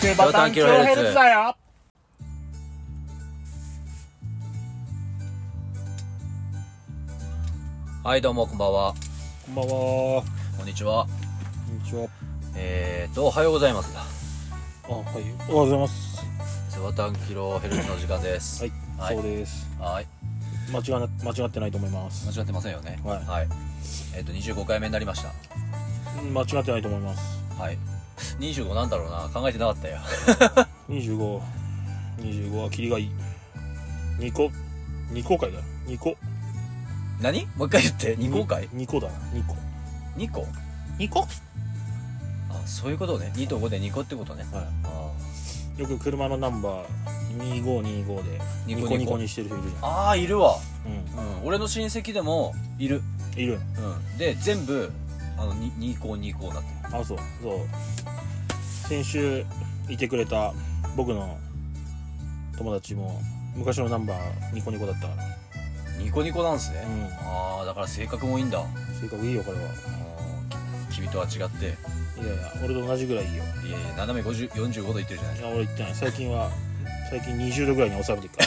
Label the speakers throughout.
Speaker 1: セバタンキロヘルツだよ
Speaker 2: はい、どうも、こんばんは。
Speaker 1: こんばんは
Speaker 2: こんにちは。
Speaker 1: こんにちは
Speaker 2: えーと、おはようございますだ。
Speaker 1: あはいおはようございます
Speaker 2: セバタンキロヘルツの時間です。
Speaker 1: はい、
Speaker 2: はい
Speaker 1: そうです
Speaker 2: はい。
Speaker 1: 間違いな間違ってないと思います
Speaker 2: 間違ってませんよね。
Speaker 1: はい
Speaker 2: えっ、と、25回目になりまし
Speaker 1: 間違ってないと思います
Speaker 2: た。はい。25なんだろうな。考えてなかったよ。
Speaker 1: 2525はキリがいい2個2個回だよ2個
Speaker 2: 何もう一回言って。2個回
Speaker 1: 2個だな2個
Speaker 2: ?2 個
Speaker 1: 2個
Speaker 2: あ、そういうことね。2と5で2個ってことね。
Speaker 1: は
Speaker 2: あ
Speaker 1: いよく車のナンバー2525で
Speaker 2: ニ
Speaker 1: ニ
Speaker 2: コニコ
Speaker 1: コニコにしてる人いるじ
Speaker 2: ーあー、いるわ。
Speaker 1: ゃん
Speaker 2: うん。俺の親戚でも、いる。
Speaker 1: うんいる
Speaker 2: うん。で、全部、あの、2個2個になってる。
Speaker 1: あそうそう先週いてくれた僕の友達も昔のナンバーニコニコだったか
Speaker 2: 2個2個なんですね
Speaker 1: ら、。うん、
Speaker 2: あー、だから性格もいいんだ。
Speaker 1: 性格いいよ彼は
Speaker 2: あー君とは違って
Speaker 1: いやいや俺と同じぐらいいいよ
Speaker 2: いやいや斜め50 45度いってるじゃない
Speaker 1: いや俺言ってない最近は最近20度ぐらいに収めていくか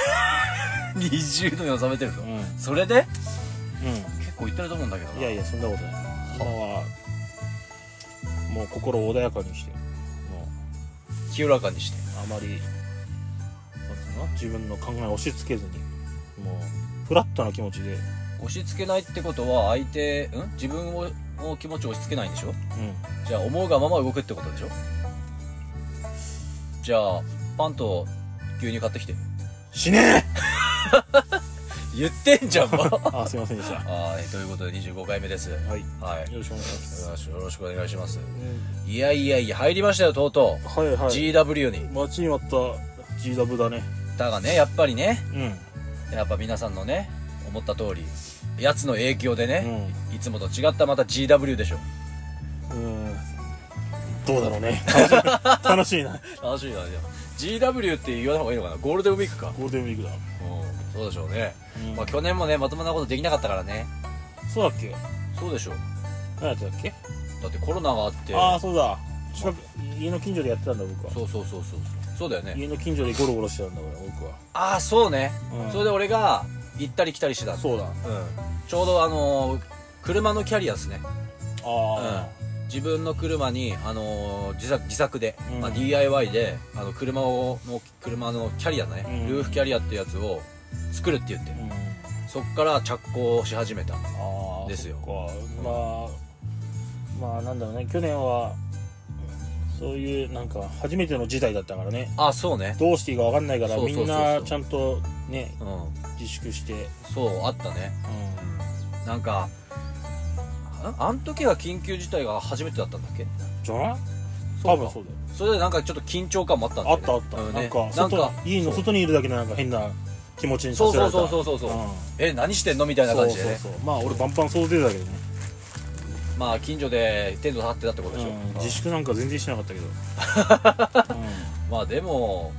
Speaker 2: 20度に収めてる
Speaker 1: ら
Speaker 2: の
Speaker 1: うん、うん、
Speaker 2: それで結構いってると思うんだけどない
Speaker 1: やいやそんなことない今はもう心を穏やかにしても
Speaker 2: 清らかにして
Speaker 1: うあまりなんていうの自分の考えを押し付けずにもうフラットな気持ちで、うん、
Speaker 2: 押し付けないってことは相手ん自分をを気持ちを押し付けないんでしょじゃあ思うがまま動くってことでしょじゃあパンと牛乳買ってきて
Speaker 1: 死ねえ
Speaker 2: 言ってんじゃん もう
Speaker 1: あすいませんでした
Speaker 2: あーということで25回目ですは
Speaker 1: はい
Speaker 2: い
Speaker 1: よろしくお願いします。
Speaker 2: よろしよろしくお願いしますいやいやいや入りましたよとうとう、
Speaker 1: はいはい。
Speaker 2: GW に
Speaker 1: 待ちに待った GW だね。
Speaker 2: だがねやっぱりね
Speaker 1: うん。
Speaker 2: やっぱ皆さんのね思った通りやつの影響でね、
Speaker 1: う
Speaker 2: いつもと違ったまた GW でしょ
Speaker 1: ん。うん。どうだろうね。楽しい 楽しいな。
Speaker 2: 楽しいなでも GW って言わない方がいいのかなゴールデンウィークか
Speaker 1: ゴールデンウィークだ。
Speaker 2: うんそうでしょうね、
Speaker 1: うん
Speaker 2: まあ、去年もねまともなことできなかったからね
Speaker 1: そうだっけ
Speaker 2: そうでしょう
Speaker 1: 何やってたっけ
Speaker 2: だってコロナがあって
Speaker 1: ああ、そうだ。近く、家の近所でやってたんだ、僕は。
Speaker 2: そうそうそうそうそうだよね
Speaker 1: 家の近所でゴロゴロしてたんだ、俺、僕は。
Speaker 2: ああそうね、
Speaker 1: うん
Speaker 2: それで俺が行ったり来たりしてたんだ
Speaker 1: そうだ。
Speaker 2: うん、ちょうどあのー車のキャリアですね
Speaker 1: あ
Speaker 2: 自分の車に、あのー自作自作で、
Speaker 1: うん
Speaker 2: まあ、DIY であの車をの車のキャリアだね、
Speaker 1: うん
Speaker 2: ルーフキャリアってやつを作るって言って
Speaker 1: あ。うん。あ
Speaker 2: そっから着工し始めた
Speaker 1: あ。
Speaker 2: ですよ
Speaker 1: そっかまあ、まあ、なんだろうね。去年は、そういう、なんか、初めての事態だったからね。
Speaker 2: あそうね
Speaker 1: どうしていいか分かんないから
Speaker 2: そうそう
Speaker 1: み
Speaker 2: そうそうん
Speaker 1: なちゃんとね
Speaker 2: うん
Speaker 1: 自粛して、
Speaker 2: そうあったね
Speaker 1: う
Speaker 2: なんかああん時は緊急事態が初めてだったんだっけ
Speaker 1: ん、じゃない
Speaker 2: そ
Speaker 1: 多
Speaker 2: うか
Speaker 1: 分そうだよ
Speaker 2: それでなんかちょっと緊張感もあったんだ
Speaker 1: あ
Speaker 2: よ
Speaker 1: っ
Speaker 2: ね
Speaker 1: たあった、
Speaker 2: うん
Speaker 1: な
Speaker 2: ね
Speaker 1: んか外
Speaker 2: なんか
Speaker 1: 家の外にいるだけでなんか変な気持ちにさ
Speaker 2: そう
Speaker 1: せら
Speaker 2: そう
Speaker 1: れた
Speaker 2: そうそうそうそう、
Speaker 1: うん
Speaker 2: え何してんのみたいな
Speaker 1: そ
Speaker 2: 感
Speaker 1: う
Speaker 2: じで
Speaker 1: そう
Speaker 2: ね
Speaker 1: そうまあ俺バンバン想定だけどね、
Speaker 2: まあ近所でテント張ってたってことでしょ、
Speaker 1: うん自粛なんか全然してなかったけ ど、
Speaker 2: まあでも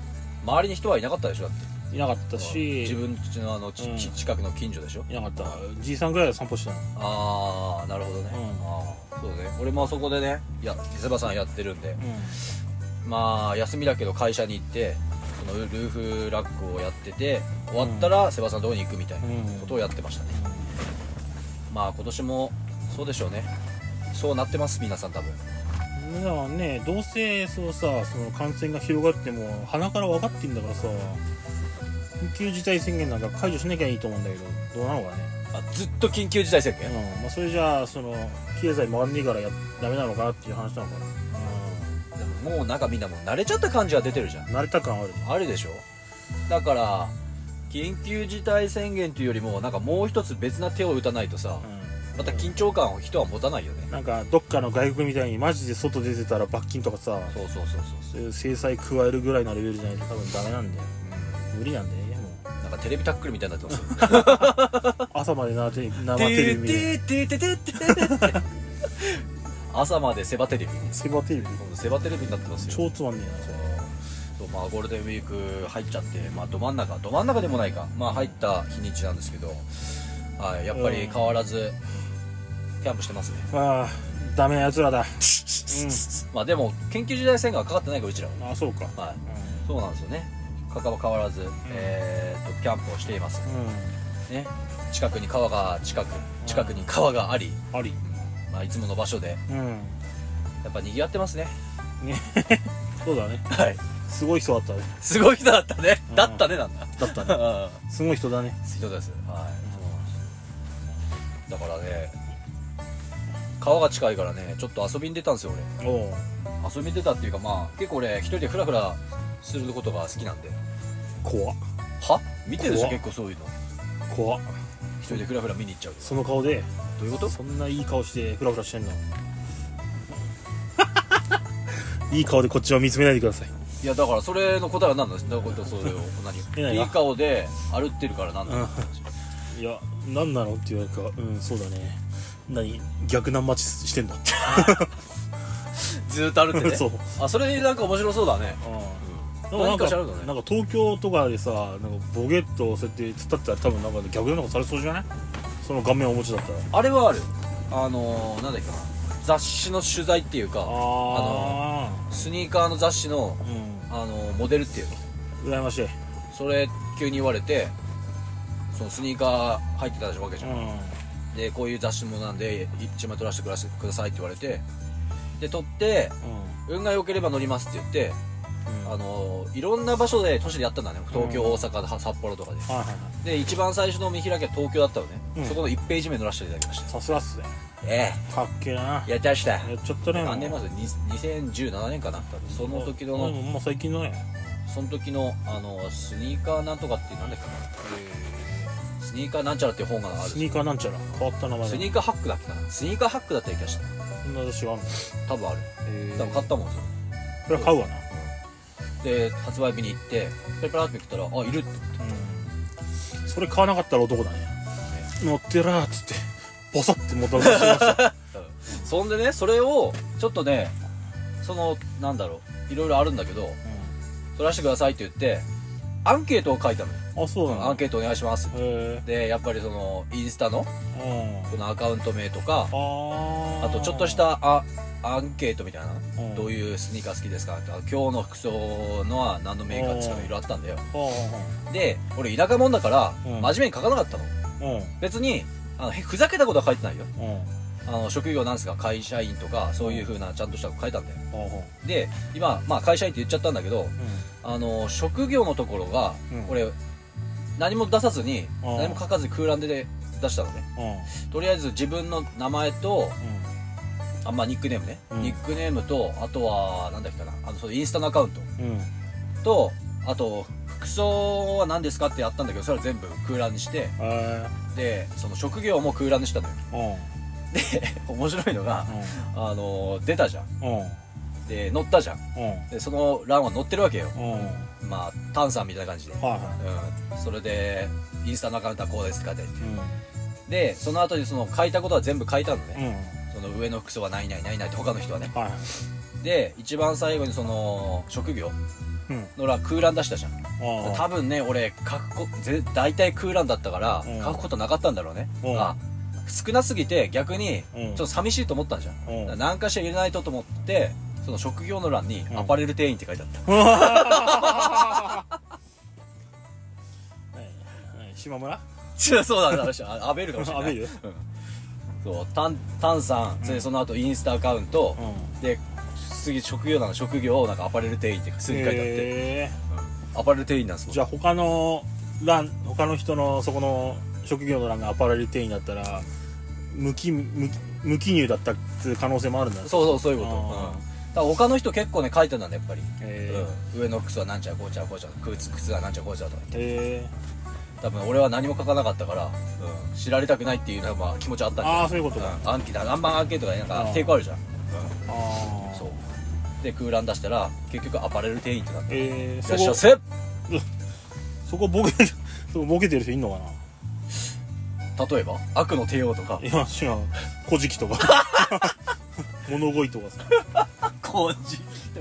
Speaker 2: 周りに人はいなかったでしょだって
Speaker 1: うんいなかったし
Speaker 2: 自分家のあの、ち
Speaker 1: うん
Speaker 2: ち近くの近所でしょ
Speaker 1: いなかったじいさんぐらいは散歩してたの
Speaker 2: ああなるほどね、
Speaker 1: うん
Speaker 2: ああそうね俺もあそこでねいや伊勢場さんやってるんでまあ休みだけど会社に行ってそのルーフラックをやってて終わったら瀬場さんのとこに行くみたいな
Speaker 1: うん
Speaker 2: ことをやってましたね、まあ今年もそうでしょうねそうなってます皆さん多分
Speaker 1: うん、だからねどうせそうさその感染が広がっても鼻から分かってんだからさ緊急事態宣言なんか解除しなきゃいいと思うんだけどどうなのかね
Speaker 2: あずっと緊急事態宣言、
Speaker 1: うんまあ、それじゃあその経済回んねえからやダメなのかなっていう話なのか
Speaker 2: でももうなんかみんなもう慣れちゃった感じは出てるじゃ
Speaker 1: な、う
Speaker 2: ん
Speaker 1: ん、慣れた感ある
Speaker 2: あるでしょだから緊急事態宣言というよりもなんかもう一つ別な手を打たないとさ、
Speaker 1: う
Speaker 2: また緊張感を人は持たないよね、
Speaker 1: なんかどっかの外国みたいにマジで外出てたら罰金とかさ
Speaker 2: そうそうそうそう
Speaker 1: そういう制裁加えるぐらいのレベルじゃないと多分ダメなんだよ
Speaker 2: う
Speaker 1: 無理なんだよねも
Speaker 2: んなんかテレビタックルみたいになってますよ
Speaker 1: う朝まで生テレビ生テレビ見て
Speaker 2: てててててててて朝までセバテレビ
Speaker 1: セバテレビ
Speaker 2: セバテレビになってます
Speaker 1: 超
Speaker 2: よ
Speaker 1: つまんねえ
Speaker 2: そうそうまあゴールデンウィーク入っちゃってまあど真ん中ど真ん中でもないかまあ入った日にちなんですけどはいやっぱり変わらずキャンプしてますね
Speaker 1: なああダメなやつらだ、うん、
Speaker 2: まあでも緊急事態宣言はかかってないからうちらは
Speaker 1: ああそうか
Speaker 2: はい
Speaker 1: うん
Speaker 2: そうなんですよねかかは変わらず、えーっとキャンプをしています
Speaker 1: うん
Speaker 2: ね近くに川が近く近くに川があり、
Speaker 1: あり
Speaker 2: まあ、いつもの場所で
Speaker 1: うん
Speaker 2: やっぱ賑わってますね
Speaker 1: ね そうだね
Speaker 2: はい
Speaker 1: すごい人だったね
Speaker 2: すごい人だったね、
Speaker 1: うん
Speaker 2: だったねなんだ
Speaker 1: だったね
Speaker 2: う ん
Speaker 1: すごい人だね
Speaker 2: 人ですはいそうなんですよだからね川が近いからねちょっと遊びに出たんですよ俺
Speaker 1: おお
Speaker 2: 遊びに出たっていうかまあ結構俺一人でフラフラすることが好きなんで
Speaker 1: 怖っ
Speaker 2: は見てるでしょ
Speaker 1: 怖っ
Speaker 2: 結構そういうの
Speaker 1: 怖っ
Speaker 2: 一人でフラフラ見に行っちゃう
Speaker 1: その顔で
Speaker 2: どういうこと
Speaker 1: そんないい顔してフラフラして んのいい顔でこっちを見つめないでください
Speaker 2: いやだからそれの答えは何なんですだからそれを
Speaker 1: えな
Speaker 2: 何
Speaker 1: い
Speaker 2: い
Speaker 1: ない
Speaker 2: 顔で歩ってるから何なんだ
Speaker 1: いや何なのって言われるかうんそうだね何逆難待ちしてんだ
Speaker 2: ずーっと歩ってね
Speaker 1: そう
Speaker 2: あそれなんか面白そうだね
Speaker 1: うんでもな
Speaker 2: 何
Speaker 1: んか
Speaker 2: かしらあるのね
Speaker 1: なんか東京とかでさなんかボケットをそうやって突っ立ってたら多分なんか逆のことされそうじゃないその画面をお持ちだったら
Speaker 2: あれはあるあのー、なんだっけな雑誌の取材っていうか
Speaker 1: ああ
Speaker 2: スニーカーの雑誌の、
Speaker 1: の
Speaker 2: あのーモデルっていうの
Speaker 1: うん羨ましい
Speaker 2: それ急に言われてそのスニーカー入ってたわけじ
Speaker 1: う
Speaker 2: ゃ
Speaker 1: ん
Speaker 2: ん、でこういう雑誌もなんで一枚撮らせてくださいくださいって言われてで撮って運が良ければ乗りますって言って
Speaker 1: うん
Speaker 2: あのいろんな場所で都市でやったんだね東京、
Speaker 1: うん
Speaker 2: 大阪は札幌とかで
Speaker 1: はいはいはい
Speaker 2: で一番最初の見開きは東京だったのね、
Speaker 1: うん
Speaker 2: そこの1ページ目乗らせていただきました
Speaker 1: さすがっすね
Speaker 2: え
Speaker 1: かっけえな
Speaker 2: えやってましたや
Speaker 1: やっちゃったねもう
Speaker 2: 何年前ですに2017年かな多分その時の、
Speaker 1: うんもう最近のね
Speaker 2: その時のあのスニーカーなんとかってなんだっけなスニーカーなんちゃらっていう本がある
Speaker 1: スニーカーなんちゃら変わった名前
Speaker 2: スニ
Speaker 1: ー
Speaker 2: ーカーハックだっけかなスニーカーハックだったような気がした
Speaker 1: カーそんな雑誌があるの
Speaker 2: 多分ある多分買ったもんそ
Speaker 1: これは買うわな
Speaker 2: れで発売日に行ってペラペラって見たらあいるって
Speaker 1: うんそれ買わなかったら男だね乗ってらーっつってボサって元々してま した
Speaker 2: そんでねそれをちょっとねそのなんだろういろいろあるんだけど取らせてくださいって言ってアンケートを書いたのよ、
Speaker 1: うんあそうな
Speaker 2: ア
Speaker 1: の
Speaker 2: ンケートお願いします
Speaker 1: へ
Speaker 2: でやっぱりそのインスタの
Speaker 1: えうん
Speaker 2: このアカウント名とか
Speaker 1: あー
Speaker 2: あとちょっとしたあアンケートみたいな、
Speaker 1: うん
Speaker 2: どういうスニーカー好きですかってあ今日の服装のは何のメーカーですか
Speaker 1: うん
Speaker 2: いろいろあったんだよ
Speaker 1: あ
Speaker 2: で俺田舎者だから、
Speaker 1: うん
Speaker 2: 真面目に書かなかったの
Speaker 1: ーうん
Speaker 2: 別にあのへふざけたことは書いてないよ
Speaker 1: うん
Speaker 2: あの職業なんですか会社員とかそういう風なちゃんとしたこと書いたんだよ
Speaker 1: うんうん
Speaker 2: で今、まあ、会社員って言っちゃったんだけどあの職業のところが、
Speaker 1: うん
Speaker 2: 俺何も出さずに
Speaker 1: うん
Speaker 2: 何も書かず空欄で出したのね
Speaker 1: うんうん
Speaker 2: とりあえず自分の名前とあまあニックネームね、
Speaker 1: うん
Speaker 2: ニックネームとあとはなんだっけかなあのそのインスタのアカウント
Speaker 1: うん
Speaker 2: とあと服装は何ですかってやったんだけどそれは全部空欄にして
Speaker 1: え
Speaker 2: でその職業も空欄にしたのよ
Speaker 1: ーう ん
Speaker 2: で面白いのが
Speaker 1: う
Speaker 2: あの出たじゃん
Speaker 1: んうん
Speaker 2: で乗ったじゃん
Speaker 1: うん
Speaker 2: でその欄は乗ってるわけよ
Speaker 1: うんはい
Speaker 2: まあ炭酸みたいな感じで
Speaker 1: は
Speaker 2: うん、それでインスタのアカウントはこうですかって書いて
Speaker 1: いうん
Speaker 2: でその後にその書いたことは全部書いたのね、
Speaker 1: うん
Speaker 2: その上の服装はないないないないって他の人はね
Speaker 1: はい
Speaker 2: で一番最後にその職業
Speaker 1: うん
Speaker 2: のら空欄出したじゃん
Speaker 1: あ
Speaker 2: 多分ね俺書くこぜ大体空欄だったから
Speaker 1: うん
Speaker 2: 書くことなかったんだろうね、
Speaker 1: うん
Speaker 2: あ少なすぎて逆に
Speaker 1: うん
Speaker 2: ちょっと寂しいと思ったんじゃん、
Speaker 1: うん
Speaker 2: だから何かしら入れないとと思ってその職業の欄に
Speaker 1: うん
Speaker 2: アパレル店員って書いてあった、
Speaker 1: あはいはい島村
Speaker 2: 違う そうだねあアベルかもしれない
Speaker 1: アベル
Speaker 2: うんそうタンタンさん、それでその後インスタアカウント、
Speaker 1: う
Speaker 2: で次職業なの職業をなんかアパレル店員って普通に書いてあって、
Speaker 1: へ
Speaker 2: うんアパレル店員なんです
Speaker 1: ー
Speaker 2: もん
Speaker 1: じゃあ他の欄他の人のそこの職業の欄がアパレル店員だったら無記無記無記入だったっていう可能性もあるんだね
Speaker 2: そうそうそういうこと、うん、だ
Speaker 1: あー
Speaker 2: から他の人結構ね書いてたんだやっぱり、
Speaker 1: へー
Speaker 2: うん、上の靴はなんちゃらこうちゃらこうちゃら靴靴はなんちゃらこうちゃらとか
Speaker 1: へえ
Speaker 2: 多分俺は何も書かなかったから、うん、知られたくないっていうのはまあ気持ちあったんだよ
Speaker 1: ああそういうことか
Speaker 2: うん、アンケートあんまアンケートがなん
Speaker 1: あ
Speaker 2: か
Speaker 1: ー
Speaker 2: 抵抗あるじゃん、
Speaker 1: ああ
Speaker 2: そうで空欄出したら結局アパレル店員ってなって
Speaker 1: えー、
Speaker 2: い
Speaker 1: そ
Speaker 2: らっしゃいま
Speaker 1: こ
Speaker 2: せ
Speaker 1: そこボケ てるそこボケてる人いんのかな
Speaker 2: 例えば悪の帝王とか
Speaker 1: いや違う古事記とか 物乞いとかさ
Speaker 2: こじ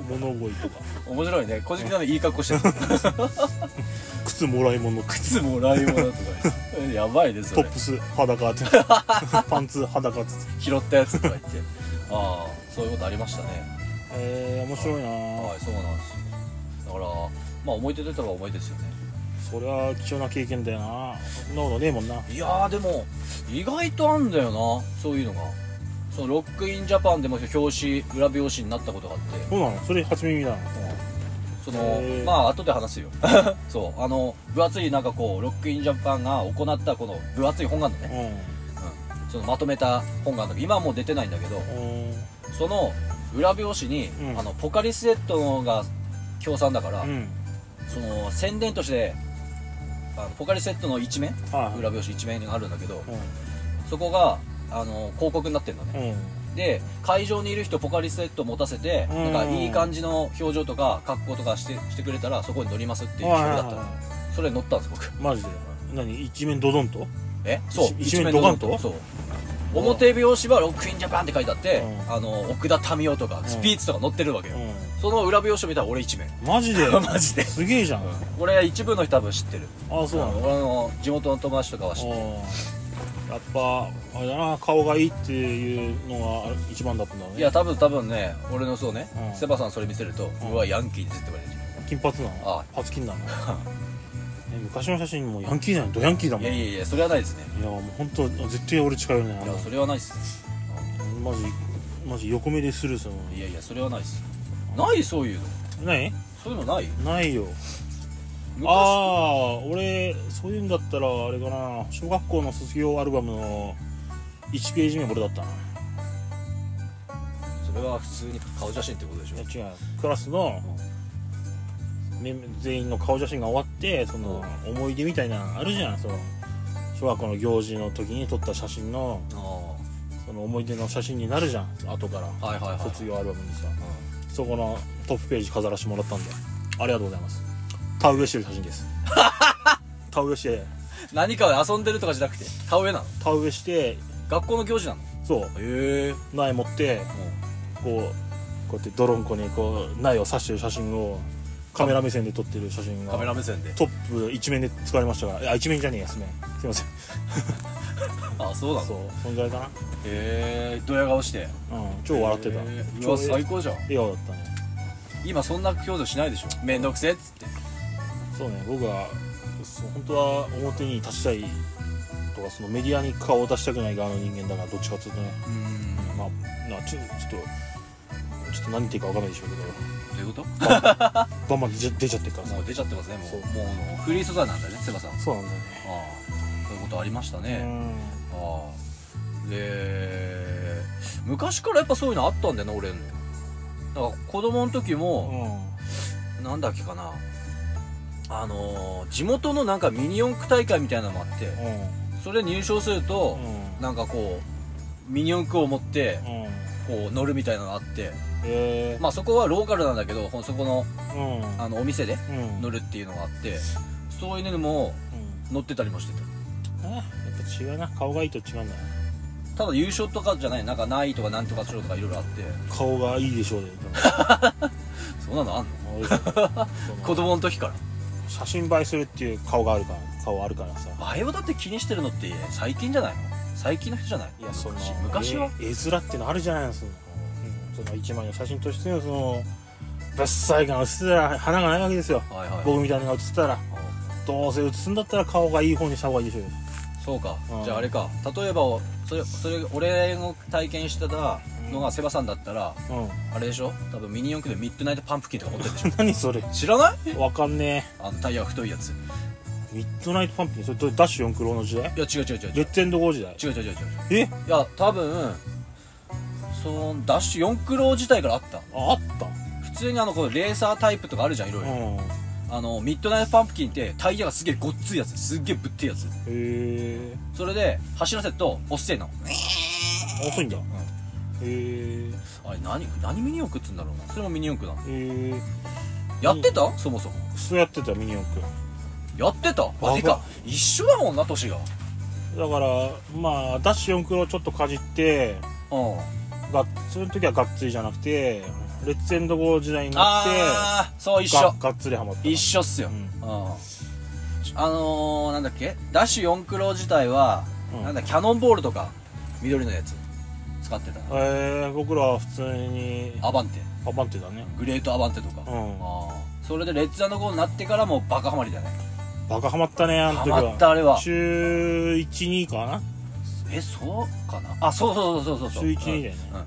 Speaker 1: 物乞いとか
Speaker 2: 面白いね小じきなのいい格好してる
Speaker 1: 靴もらい物とか
Speaker 2: 靴もらい物とかやばいねそ
Speaker 1: ト
Speaker 2: れ
Speaker 1: ップス裸 ってパンツ裸っつって
Speaker 2: 拾ったやつとか言ってああそういうことありましたね
Speaker 1: えー、面白いな、
Speaker 2: はいそうなんですよだからまあ思い出といったら思い出ですよね
Speaker 1: そりゃ貴重な経験だよなそんなことねえもんない
Speaker 2: やーでも意外とあんだよなそういうのがそのロックインジャパンでも表紙裏表紙になったことがあって
Speaker 1: そうなのそれ初耳だな
Speaker 2: その
Speaker 1: へー
Speaker 2: まあ後で話す よそうあの分厚いなんかこうロックインジャパンが行ったこの分厚い本があるの
Speaker 1: う
Speaker 2: ね、
Speaker 1: ん
Speaker 2: うん、そのまとめた本があるんだけど今はもう出てないんだけど
Speaker 1: うん
Speaker 2: その裏表紙に、
Speaker 1: うん
Speaker 2: あのポカリスエットが協賛だから、
Speaker 1: うん
Speaker 2: その宣伝としてあのポカリスエットの一面
Speaker 1: はい
Speaker 2: 裏表紙一面があるんだけど
Speaker 1: う
Speaker 2: そこがあの広告になってるのね
Speaker 1: んうん
Speaker 2: で会場にいる人ポカリスエット持たせて
Speaker 1: うん
Speaker 2: なんかいい感じの表情とか格好とかしてしてくれたらそこに乗りますっていう企画だった
Speaker 1: はいはい
Speaker 2: の
Speaker 1: は
Speaker 2: それに乗ったんです僕
Speaker 1: いマジで何一面ドドンと
Speaker 2: えそう
Speaker 1: 一面ドカンと
Speaker 2: そう
Speaker 1: うん
Speaker 2: 表表紙は「ロックインジャパン」って書いてあって、
Speaker 1: うん
Speaker 2: あの奥田民生とか
Speaker 1: ん
Speaker 2: スピーツとか載ってるわけよ、
Speaker 1: う
Speaker 2: その裏表紙見たら俺一面
Speaker 1: んマジで
Speaker 2: マジで、
Speaker 1: すげえじゃん
Speaker 2: う
Speaker 1: あ
Speaker 2: ん俺一部の人多分知ってる
Speaker 1: そうな
Speaker 2: あ
Speaker 1: の
Speaker 2: の俺の地元の友達とかは知ってる
Speaker 1: あーやっぱあれだな顔がいいっていうのがあれ一番だったんだろうね
Speaker 2: いや多分多分ね俺のそうね、
Speaker 1: うん
Speaker 2: セバさんそれ見せると
Speaker 1: う
Speaker 2: 「
Speaker 1: ん
Speaker 2: うわヤンキーです」って言われてる
Speaker 1: 金髪なの
Speaker 2: あ
Speaker 1: 初 金なのえ昔の写真もヤンキーじゃないドヤンキーだも
Speaker 2: い
Speaker 1: んい
Speaker 2: や
Speaker 1: や
Speaker 2: いやいやそれはないですね
Speaker 1: もう本当絶対俺近寄るねあ
Speaker 2: いや
Speaker 1: の
Speaker 2: それはないっす
Speaker 1: マジマジ横目でスルーするの
Speaker 2: いやいやそれはないっすないそういうの
Speaker 1: ない
Speaker 2: そういうのない
Speaker 1: ないよ
Speaker 2: 昔
Speaker 1: ああー俺そういうんだったらあれかな小学校の卒業アルバムの1ページ目俺だったな
Speaker 2: それは普通に顔写真ってことでしょ
Speaker 1: いや違うクラスのメン全員の顔写真が終わってその思い出みたいなのあるじゃんその小学校の行事の時に撮った写真の
Speaker 2: あ
Speaker 1: その思い出の写真になるじゃん後から
Speaker 2: あはいはいはい
Speaker 1: 卒業アルバムにさ
Speaker 2: う
Speaker 1: そこのトップページ飾らせてもらったんでありがとうございます田植えしてる写真です 田植えして
Speaker 2: ん何か遊んでるとかじゃなくて田植えなの
Speaker 1: 田植えして
Speaker 2: 学校の行事なの
Speaker 1: そう
Speaker 2: へえも
Speaker 1: 苗持って
Speaker 2: う
Speaker 1: こうこうやって泥んこにこう苗を刺してる写真をカメラ目線で撮ってる写真
Speaker 2: カメ
Speaker 1: が
Speaker 2: ラ目線で
Speaker 1: トップ一面で使われましたがいや一面じゃねえやすねすいません
Speaker 2: ああそうな
Speaker 1: そ
Speaker 2: の
Speaker 1: うそんぐらいか
Speaker 2: へえドヤ顔して
Speaker 1: な、うん、超笑ってた
Speaker 2: へーう
Speaker 1: 超
Speaker 2: わ
Speaker 1: 笑
Speaker 2: 最高じゃん
Speaker 1: 笑顔だったね
Speaker 2: 今そんな表情しないでしょめんどくせえっつって
Speaker 1: そうね僕はそう本当は表に立ちたいとかそのメディアに顔を出したくない側の人間だからどっちかっていうとね
Speaker 2: うん
Speaker 1: まあなちょちょっとちょっと何言っていいか分かんないでしょうけど
Speaker 2: どういうこと
Speaker 1: バンバン出ちゃ出ちゃってるからさ
Speaker 2: もう出ちゃってますねも
Speaker 1: そう
Speaker 2: うもうもうフリー素材なんだねセバさんあ
Speaker 1: そうなんだよ
Speaker 2: あそういうことありましたね、
Speaker 1: ね
Speaker 2: ああで昔からやっぱそういうのあったんだよな俺のだから子供の時
Speaker 1: う
Speaker 2: も、
Speaker 1: ん
Speaker 2: なんだっけかなあのー地元のなんかミニ四駆大会みたいなのもあって
Speaker 1: う
Speaker 2: それ入賞すると
Speaker 1: ん、うん
Speaker 2: なんかこうミニ四駆を持って
Speaker 1: うん
Speaker 2: こう乗るみたいなのがあって
Speaker 1: え
Speaker 2: まあそこはローカルなんだけどほんそこの
Speaker 1: ー、うん
Speaker 2: あのお店で
Speaker 1: うん
Speaker 2: 乗るっていうのがあってそういうのにも
Speaker 1: うん
Speaker 2: 乗ってたりもしてた
Speaker 1: あやっぱ違うな顔がいいと違うんだな
Speaker 2: ただ優勝とかじゃないなんかないとかなんとかしろとかいろいろあって
Speaker 1: 顔がいいでしょうで、ね、
Speaker 2: そんなのあんの
Speaker 1: 俺その
Speaker 2: 子供の時から
Speaker 1: 写真映えするっていう顔があるから顔あるからさ
Speaker 2: あれをだって気にしてるのって最近じゃないの最近の人じゃない
Speaker 1: いやその
Speaker 2: 昔昔は、
Speaker 1: 絵絵面ってのあるじゃないのその,、うん、その一枚の写真としてのそのぶっさいが写ってたら花がないわけですよ
Speaker 2: はいはい
Speaker 1: 僕みたいなのが写ってたら
Speaker 2: あ
Speaker 1: どうせ写すんだったら顔がいい方にした方がいいでしょうよ
Speaker 2: そうか、
Speaker 1: うん
Speaker 2: じゃああれか例えばそれそれ俺の体験してたのがセバさんだったら、
Speaker 1: うん
Speaker 2: あれでしょ多分ミニ四駆でミッドナイトパンプキンとか持ってるでしょ
Speaker 1: 何それ
Speaker 2: 知らない
Speaker 1: わかんね
Speaker 2: あのタイヤが太いやつい
Speaker 1: えミッドナイトパンプキンそれどれダッシュ4クロの時代
Speaker 2: や違う違う違う違
Speaker 1: レッツエンドゴー時代
Speaker 2: う違う違う違う違う
Speaker 1: え
Speaker 2: いや多分そのダッシュ4クロー自体からあった
Speaker 1: ああった
Speaker 2: 普通にあのこのレーサータイプとかあるじゃんいろいろ、
Speaker 1: うん
Speaker 2: あのミッドナイトパンプキンってタイヤがすげえごっついやつすっげえぶってえやつ
Speaker 1: へえ
Speaker 2: それで走らせると遅いの
Speaker 1: 遅いんだへえ
Speaker 2: あれ何何ミニ四駆っつうんだろうなそれもミニ四駆なの
Speaker 1: へえ
Speaker 2: やってたそもそも
Speaker 1: そうやってたミニ四駆
Speaker 2: やってたあ
Speaker 1: ば
Speaker 2: てか一緒だもんな年が
Speaker 1: だからまあダッシュ4クロをちょっとかじって
Speaker 2: うん
Speaker 1: がその時はがっつりじゃなくてレッツエンドゴー時代になっ
Speaker 2: ああそう
Speaker 1: て
Speaker 2: 一
Speaker 1: が
Speaker 2: 緒
Speaker 1: がっつりハマったな
Speaker 2: 一緒っすよ、
Speaker 1: う
Speaker 2: うん
Speaker 1: ん
Speaker 2: あのー、なんだっけダッシュ四クロ自体は、
Speaker 1: うん
Speaker 2: なんだキャノンボールとか緑のやつ使ってた
Speaker 1: えー、僕らは普通に
Speaker 2: アバンテ
Speaker 1: アバンテだね
Speaker 2: グレートアバンテとか、
Speaker 1: う
Speaker 2: あ
Speaker 1: ん
Speaker 2: あそれでレッツゴーになってからもうバカハマりだね
Speaker 1: バカハマったねあの時は
Speaker 2: ハマったあれは
Speaker 1: 中12かな
Speaker 2: えそうかなあそうそうそうそうそう
Speaker 1: 中一にだよね
Speaker 2: うんうん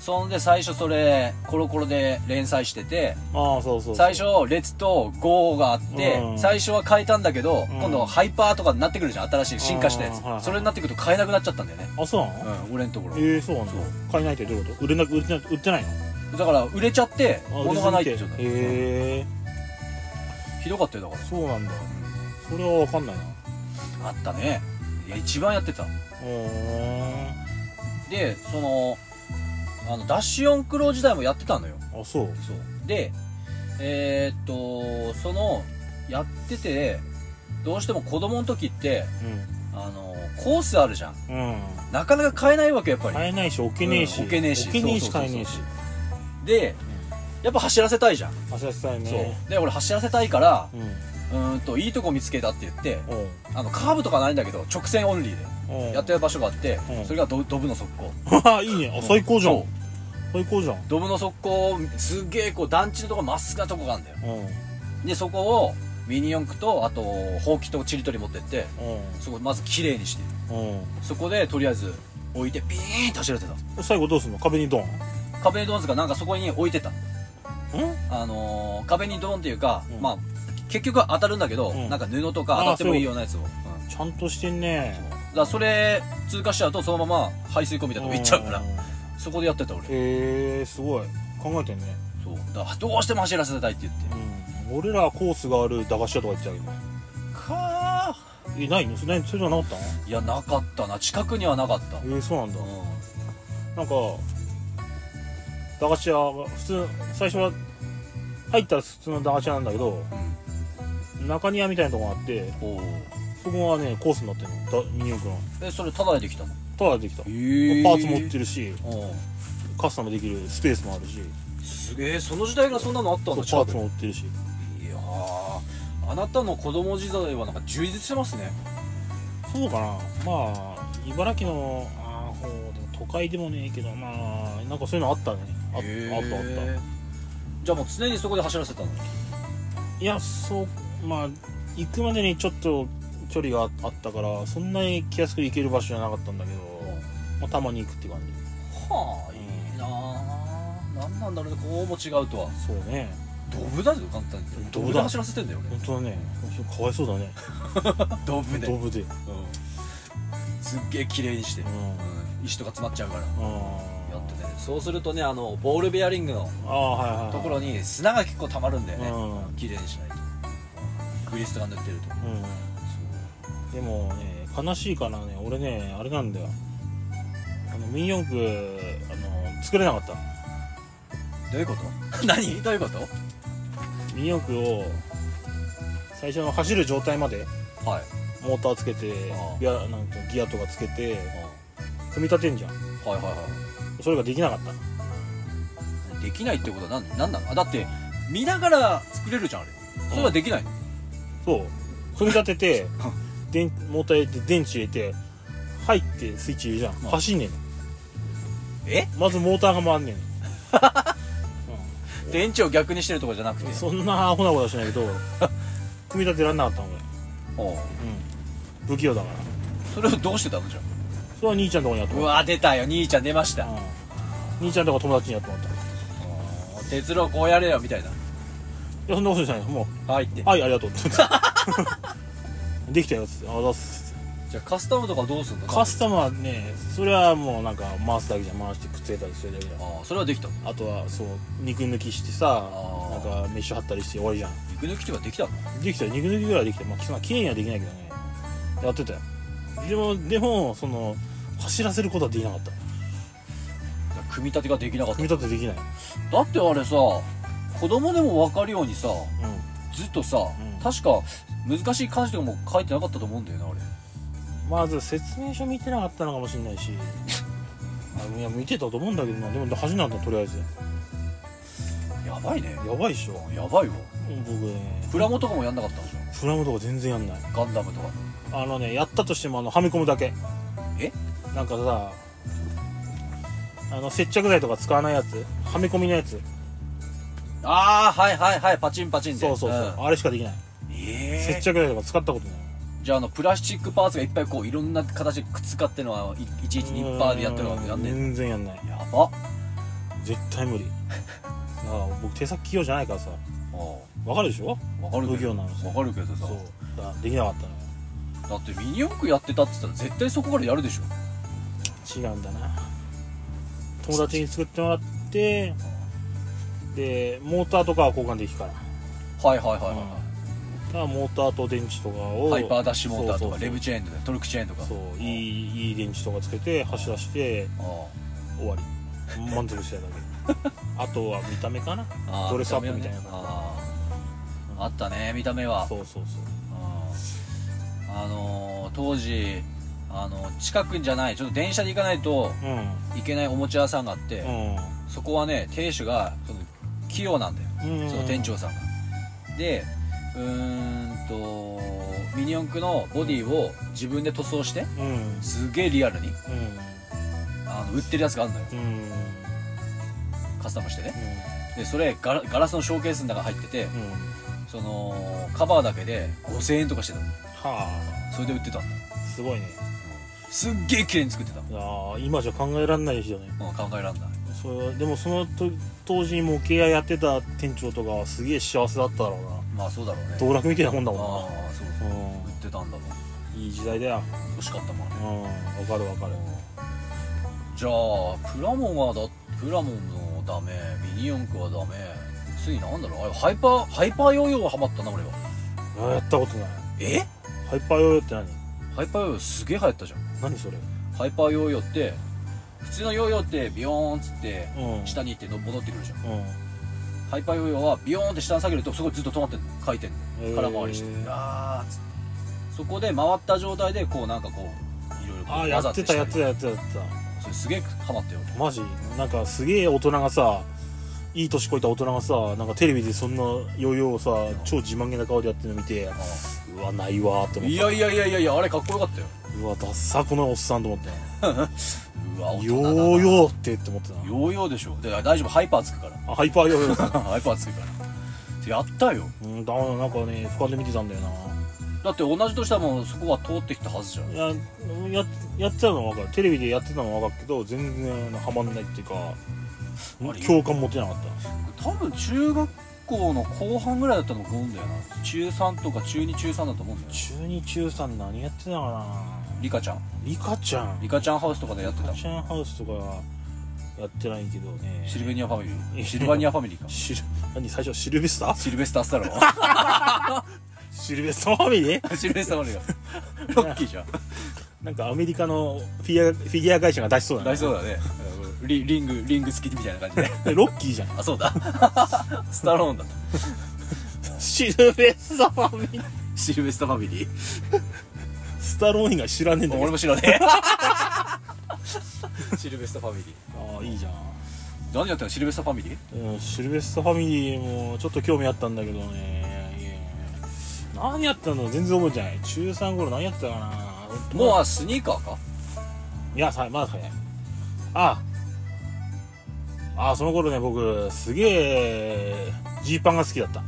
Speaker 2: そんで最初それコロコロで連載してて
Speaker 1: ああそうそうそう
Speaker 2: 最初「列」と「ゴー」があって、
Speaker 1: うん
Speaker 2: 最初は変えたんだけど、
Speaker 1: ん
Speaker 2: 今度はハイパーとかになってくるじゃん新しい進化したやつ、
Speaker 1: うんはいはい
Speaker 2: それになってくると変えなくなっちゃったんだよね、
Speaker 1: あそうなの、
Speaker 2: うん、俺のところ、
Speaker 1: ええそうなんだ
Speaker 2: そう
Speaker 1: 買えないってどういうこと売れなく売ってない売ってないの
Speaker 2: だから売れちゃって
Speaker 1: あ
Speaker 2: 物がないって
Speaker 1: 売
Speaker 2: ち
Speaker 1: れ
Speaker 2: ょっ
Speaker 1: す
Speaker 2: と
Speaker 1: ぎてへえ
Speaker 2: ひどかったよだから
Speaker 1: そうなんだそれは分かんないな
Speaker 2: あったねいや一番やってた
Speaker 1: うー
Speaker 2: でそのあのダッシュ4クロー時代もやってたのよ
Speaker 1: んあそう
Speaker 2: そうでえーっとそのやっててどうしても子供の時って
Speaker 1: う
Speaker 2: あのコースあるじゃん
Speaker 1: んうん
Speaker 2: なかなか買えないわけやっぱり、
Speaker 1: 買えないし置けねえし、
Speaker 2: うん置けねえし
Speaker 1: 置けねえし
Speaker 2: そうそうそ
Speaker 1: 買
Speaker 2: うそう
Speaker 1: えねえし
Speaker 2: でやっぱ走らせたいじゃん、
Speaker 1: 足立さんね
Speaker 2: そうで俺走らせたいから
Speaker 1: うん
Speaker 2: うーんといいとこ見つけたって言って
Speaker 1: おう
Speaker 2: あのカーブとかないんだけど直線オンリー
Speaker 1: おう
Speaker 2: でやってる場所があって、
Speaker 1: うん
Speaker 2: それがドドブの速攻
Speaker 1: あ いいねあ最高じゃん
Speaker 2: そう
Speaker 1: 最高じゃん
Speaker 2: ドブの速攻すっげえこう団地のとこまっすぐなとこがあるんだよ
Speaker 1: うんうん
Speaker 2: でそこをミニ四駆とあとほうきとちりとり持ってってそこまず綺麗にして
Speaker 1: う
Speaker 2: そこでとりあえず置いてビーンと走らせた
Speaker 1: ん最後どうすんの壁にドンん
Speaker 2: 壁にドンズかなんかそこに置いてたあのー壁にドンっていうか、
Speaker 1: うん
Speaker 2: まあ結局当たるんだけど、
Speaker 1: うん
Speaker 2: なんか布とか当たってもいいようなやつを、うん
Speaker 1: ちゃんとしてん
Speaker 2: そう
Speaker 1: ね
Speaker 2: だからそれ通過しちゃうとそのまま排水溝みたいなとこ行っちゃうから
Speaker 1: ん
Speaker 2: そこでやってた俺
Speaker 1: へえすごい考えてんね
Speaker 2: そうだからどうしても走らせたいって言って
Speaker 1: うん俺らコースがある駄菓子屋とか行ってたけど
Speaker 2: か
Speaker 1: えないのそれそれじゃなかったの
Speaker 2: ーいやなかったな近くにはなかった、
Speaker 1: えー、そうなんだ
Speaker 2: うん
Speaker 1: なんか駄菓子屋が普通最初は入ったら普通の駄菓子屋なんだけど中庭みたいなとこがあって
Speaker 2: うん、おー
Speaker 1: そこはねコースになってるのだミニ四駆の
Speaker 2: えそれタダでできたの
Speaker 1: ただできたパ
Speaker 2: え
Speaker 1: ーツ持って
Speaker 2: る
Speaker 1: るし
Speaker 2: う
Speaker 1: カスタムできるスペースもあるし
Speaker 2: んすげえその時代がそんなのあった
Speaker 1: そ
Speaker 2: ん
Speaker 1: うパ
Speaker 2: だ
Speaker 1: ーツ
Speaker 2: 近
Speaker 1: も売ってるし
Speaker 2: くにいやーあなたの子供時代はなんか充実してますね
Speaker 1: そうかなまあ茨城のあーほうでも都会でもねえけどまあなんかそういうのあったねああったあった
Speaker 2: じゃあもう常にそこで走らせてたの
Speaker 1: いやそうまあ行くまでにちょっと距離があったからそんなに気安く行ける場所じゃなかったんだけど、まあ、たまに行くって感じ
Speaker 2: はあいいなあ何なんだろうねこうも違うとは
Speaker 1: そうね
Speaker 2: ドブだぞ簡単に
Speaker 1: ドブだ
Speaker 2: ドブで走らせてんだよ
Speaker 1: 本当だねかわいそうだね
Speaker 2: 俺ドブで
Speaker 1: ドブで
Speaker 2: うんすっげえ綺麗にして、
Speaker 1: うんうん
Speaker 2: うん石とか詰まっちゃうからや
Speaker 1: あ
Speaker 2: ってねそうするとねあのボールベアリングの
Speaker 1: あはいはいはい
Speaker 2: ところに砂が結構溜まるんだよね、
Speaker 1: うん
Speaker 2: 綺麗にしないとグリスとか塗ってると
Speaker 1: うんでもね悲しいかなね俺ねあれなんだよあのミニ四駆あの作れなかったの
Speaker 2: どういうこと 何どういうこと
Speaker 1: ミニ四駆を最初の走る状態まで
Speaker 2: はい、
Speaker 1: モーターつけて
Speaker 2: ああ
Speaker 1: ギアなんかギアとかつけて組み立てんじゃん
Speaker 2: はいはいは
Speaker 1: それができなかった
Speaker 2: いできないってことは何何なのあだって見ながら作れるじゃんあれそれはできないの、
Speaker 1: そう組み立てて 電モーター入れて電池入れて入ってスイッチ入れるじゃん
Speaker 2: あ
Speaker 1: 走んねえの
Speaker 2: え
Speaker 1: まずモーターが回んね
Speaker 2: 電池を逆にしてるとかじゃなく
Speaker 1: え
Speaker 2: て
Speaker 1: の、うん、そんなアホなことはしないけ ど組み立てられなかったの俺、
Speaker 2: お
Speaker 1: う
Speaker 2: う
Speaker 1: ん、不器用だから
Speaker 2: それをどうしてたのじゃん
Speaker 1: それは兄ちゃんとこにやって
Speaker 2: う
Speaker 1: もらっ
Speaker 2: わ出たよ兄ちゃん出ました
Speaker 1: た、うん兄ちゃんとか友達にやってもらったい
Speaker 2: おう哲郎こうやれよみたい
Speaker 1: やそんなことじゃないも
Speaker 2: なはいって
Speaker 1: うはいありがとうって できたよつってあざっす
Speaker 2: じゃあカスタムとかどうすんの
Speaker 1: カスタムはねそれはもうなんか回すだけじゃん回してくっつけたりするだけじゃん
Speaker 2: ああそれはできたの
Speaker 1: あとはそう肉抜きしてさ
Speaker 2: あー
Speaker 1: なんか飯張ったりして終わりじゃ
Speaker 2: 肉抜きとかできたの
Speaker 1: んできたよ肉抜きぐらいはできたよまあそんな綺麗にはできないけどねやってたよでもでもその走らせることはできなかった
Speaker 2: 組み立てができなかった
Speaker 1: 組み立てできない
Speaker 2: だってあれさ子供でも分かるようにさ
Speaker 1: う
Speaker 2: ずっとさ、
Speaker 1: ん
Speaker 2: 確か難しい漢字とかも書いてなかったと思うんだよな俺
Speaker 1: んまず説明書見てなかったのかもしれないしあいや見てたと思うんだけどなでも走んなかったとりあえず
Speaker 2: やばいね
Speaker 1: やばいっしょ
Speaker 2: やばいわ
Speaker 1: 僕ね
Speaker 2: プラモとかもやんなかったんでしょ
Speaker 1: プラムとか全然やんない
Speaker 2: ガンダムとか
Speaker 1: あのねやったとしてもあのはめ込むだけ
Speaker 2: え
Speaker 1: なんかさあの接着剤とか使わないやつはめ込みのやつ
Speaker 2: ああはいはいはいパチンパチンで
Speaker 1: そうそうそう、
Speaker 2: ん
Speaker 1: あれしかできない
Speaker 2: え
Speaker 1: 接
Speaker 2: え
Speaker 1: 着剤とか使ったことない
Speaker 2: じゃああのプラスチックパーツがいっぱいこういろんな形でくっつかってのはいいちいちニッパーでやってるわけやんねん
Speaker 1: 全然やんない
Speaker 2: やば
Speaker 1: 絶対 無理だから僕手先器用じゃないからさ
Speaker 2: も
Speaker 1: わかるでしょ
Speaker 2: うわかるけ
Speaker 1: 不器
Speaker 2: ど
Speaker 1: 用なのさ
Speaker 2: わかるけどさ
Speaker 1: そうだからできなかったのよ
Speaker 2: だってミニ四駆やってたって言ったら絶対そこからやるでしょ
Speaker 1: 違うんだな友達に作ってもらってでモーターとかは交換できるから
Speaker 2: はいはいはいはいは
Speaker 1: ただモーターと電池とか
Speaker 2: い
Speaker 1: を
Speaker 2: ハイパーダッシュモーターと
Speaker 1: そうそうそ
Speaker 2: か
Speaker 1: う
Speaker 2: レブチェーンとかトルクチェーンとか
Speaker 1: そういいいい電池とかつけて走らして
Speaker 2: ああ
Speaker 1: 終わり満足したいだけ あとは見た目かな
Speaker 2: ああ
Speaker 1: ドレスアップみたいな
Speaker 2: 見目はねあああったね見た目は
Speaker 1: そうそうそう
Speaker 2: うんあのー当時あの近くんじゃないちょっと電車で行かないと
Speaker 1: うん
Speaker 2: いけないおもちゃ屋さんがあって、
Speaker 1: う
Speaker 2: そこはね亭主がその器用なんだよ、
Speaker 1: んうん
Speaker 2: その店長さんがでうーんとミニ四駆のボディを自分で塗装して
Speaker 1: うんうん
Speaker 2: すげえリアルにあの売ってるやつがあるのよ
Speaker 1: うん
Speaker 2: カスタムしてねでそれガラガラスのショーケースの中入ってて
Speaker 1: うんうん
Speaker 2: そのカバーだけで5000円とかしてたの
Speaker 1: は
Speaker 2: それで売ってたんだ
Speaker 1: あすごいね
Speaker 2: すっげえ綺麗に作ってたうん
Speaker 1: ああ今じゃ考えられないですよね
Speaker 2: 考えらんない
Speaker 1: それはでもそのと当時に模型屋やってた店長とかはすげえ幸せだっただろうな
Speaker 2: まあそうだろうね
Speaker 1: 道楽みたいなもんだ
Speaker 2: あ
Speaker 1: も
Speaker 2: あそうそ
Speaker 1: んな
Speaker 2: う売ってたんだもん
Speaker 1: うんいい時代だよ
Speaker 2: 欲しかったもんね
Speaker 1: うんわかるわかる
Speaker 2: じゃあプラモンはだプラモンのダメミニ四駆はダメ次なんだろうあれハイパーハイパーヨーヨーはハマったな俺は
Speaker 1: あーやったことない
Speaker 2: え
Speaker 1: ハイパーヨーヨーって
Speaker 2: ハイパーヨーヨーすげえ流行ったじゃん
Speaker 1: 何何それ
Speaker 2: ハイパーヨーヨーって普通のヨーヨーってビヨーンっつって
Speaker 1: うん
Speaker 2: 下に行っての戻ってくるじゃん
Speaker 1: うん
Speaker 2: ハイパーヨーヨーはビヨーンって下に下げるとそこずっと止まってんの回転
Speaker 1: へー
Speaker 2: 空回りしてあーっつってそこで回った状態でこうなんかこういろいろこう
Speaker 1: ああやってたや
Speaker 2: り
Speaker 1: ってたやってたやって
Speaker 2: それすげえハマったよ
Speaker 1: たマジなんかすげえ大人がさいい年こいた大人がさなんかテレビでそんなヨーヨーをさ超自慢げな顔でやってるの見てうわないわーって思っ
Speaker 2: いやいやいやいやいやあれかっこよかったよ
Speaker 1: たうわダッサこのおっさんと思った
Speaker 2: うわ大人
Speaker 1: ヨ
Speaker 2: だな
Speaker 1: ーヨーってって思って
Speaker 2: ヨーヨーでしょだから大丈夫ハイパーつくか
Speaker 1: たあハイパーヨーヨー
Speaker 2: らハイパーつくからやったよ
Speaker 1: うんだからなんかね俯瞰で見てたんだよな
Speaker 2: だって同じとしたらもうそこは通ってきたはずじゃん
Speaker 1: いやややってたのは分かるテレビでやってたのは分かるけど全然ハマんないっていうか
Speaker 2: れ
Speaker 1: 共感持てなかっ
Speaker 2: 多分中学校の後半ぐらいだったの思うんだよな中3とか中2中3だと思うんだよ
Speaker 1: た
Speaker 2: な
Speaker 1: 中2中3何やってたか
Speaker 2: リカちゃん
Speaker 1: なリカちゃん
Speaker 2: リカちゃんハウスとかでやって
Speaker 1: リ
Speaker 2: た
Speaker 1: カちゃんハウスとかやってないけどね
Speaker 2: シルベニアファミリーシルバニアファミリーか
Speaker 1: シル何最初シルベスター
Speaker 2: シルベスタースタロ ー
Speaker 1: シルベスターファミリー
Speaker 2: シルベスターマリオロッキーじゃん
Speaker 1: なんかアメリカのフィギュアフィギュア会社が出しそうだ
Speaker 2: 大
Speaker 1: ね
Speaker 2: 事そうだねリリングリング好きみたいな感じで
Speaker 1: でロッキーじゃん
Speaker 2: あそうだスタローンだ
Speaker 1: シルベスターファミリー
Speaker 2: シルベスターファミリー
Speaker 1: スタローン以外知らねえんだけ
Speaker 2: 俺
Speaker 1: ど
Speaker 2: も知らねえ シルベスターファミリー
Speaker 1: ああいいじゃん
Speaker 2: 何やってんのシルベスターファミリー
Speaker 1: うんシルベスターファミリーもちょっと興味あったんだけどねいやいや何やったの全然覚えてない中3頃何やってたかな
Speaker 2: もう
Speaker 1: う
Speaker 2: あスニーカーか
Speaker 1: いやさまだ早いあああその頃ね僕すげえジーパンが好きだっただ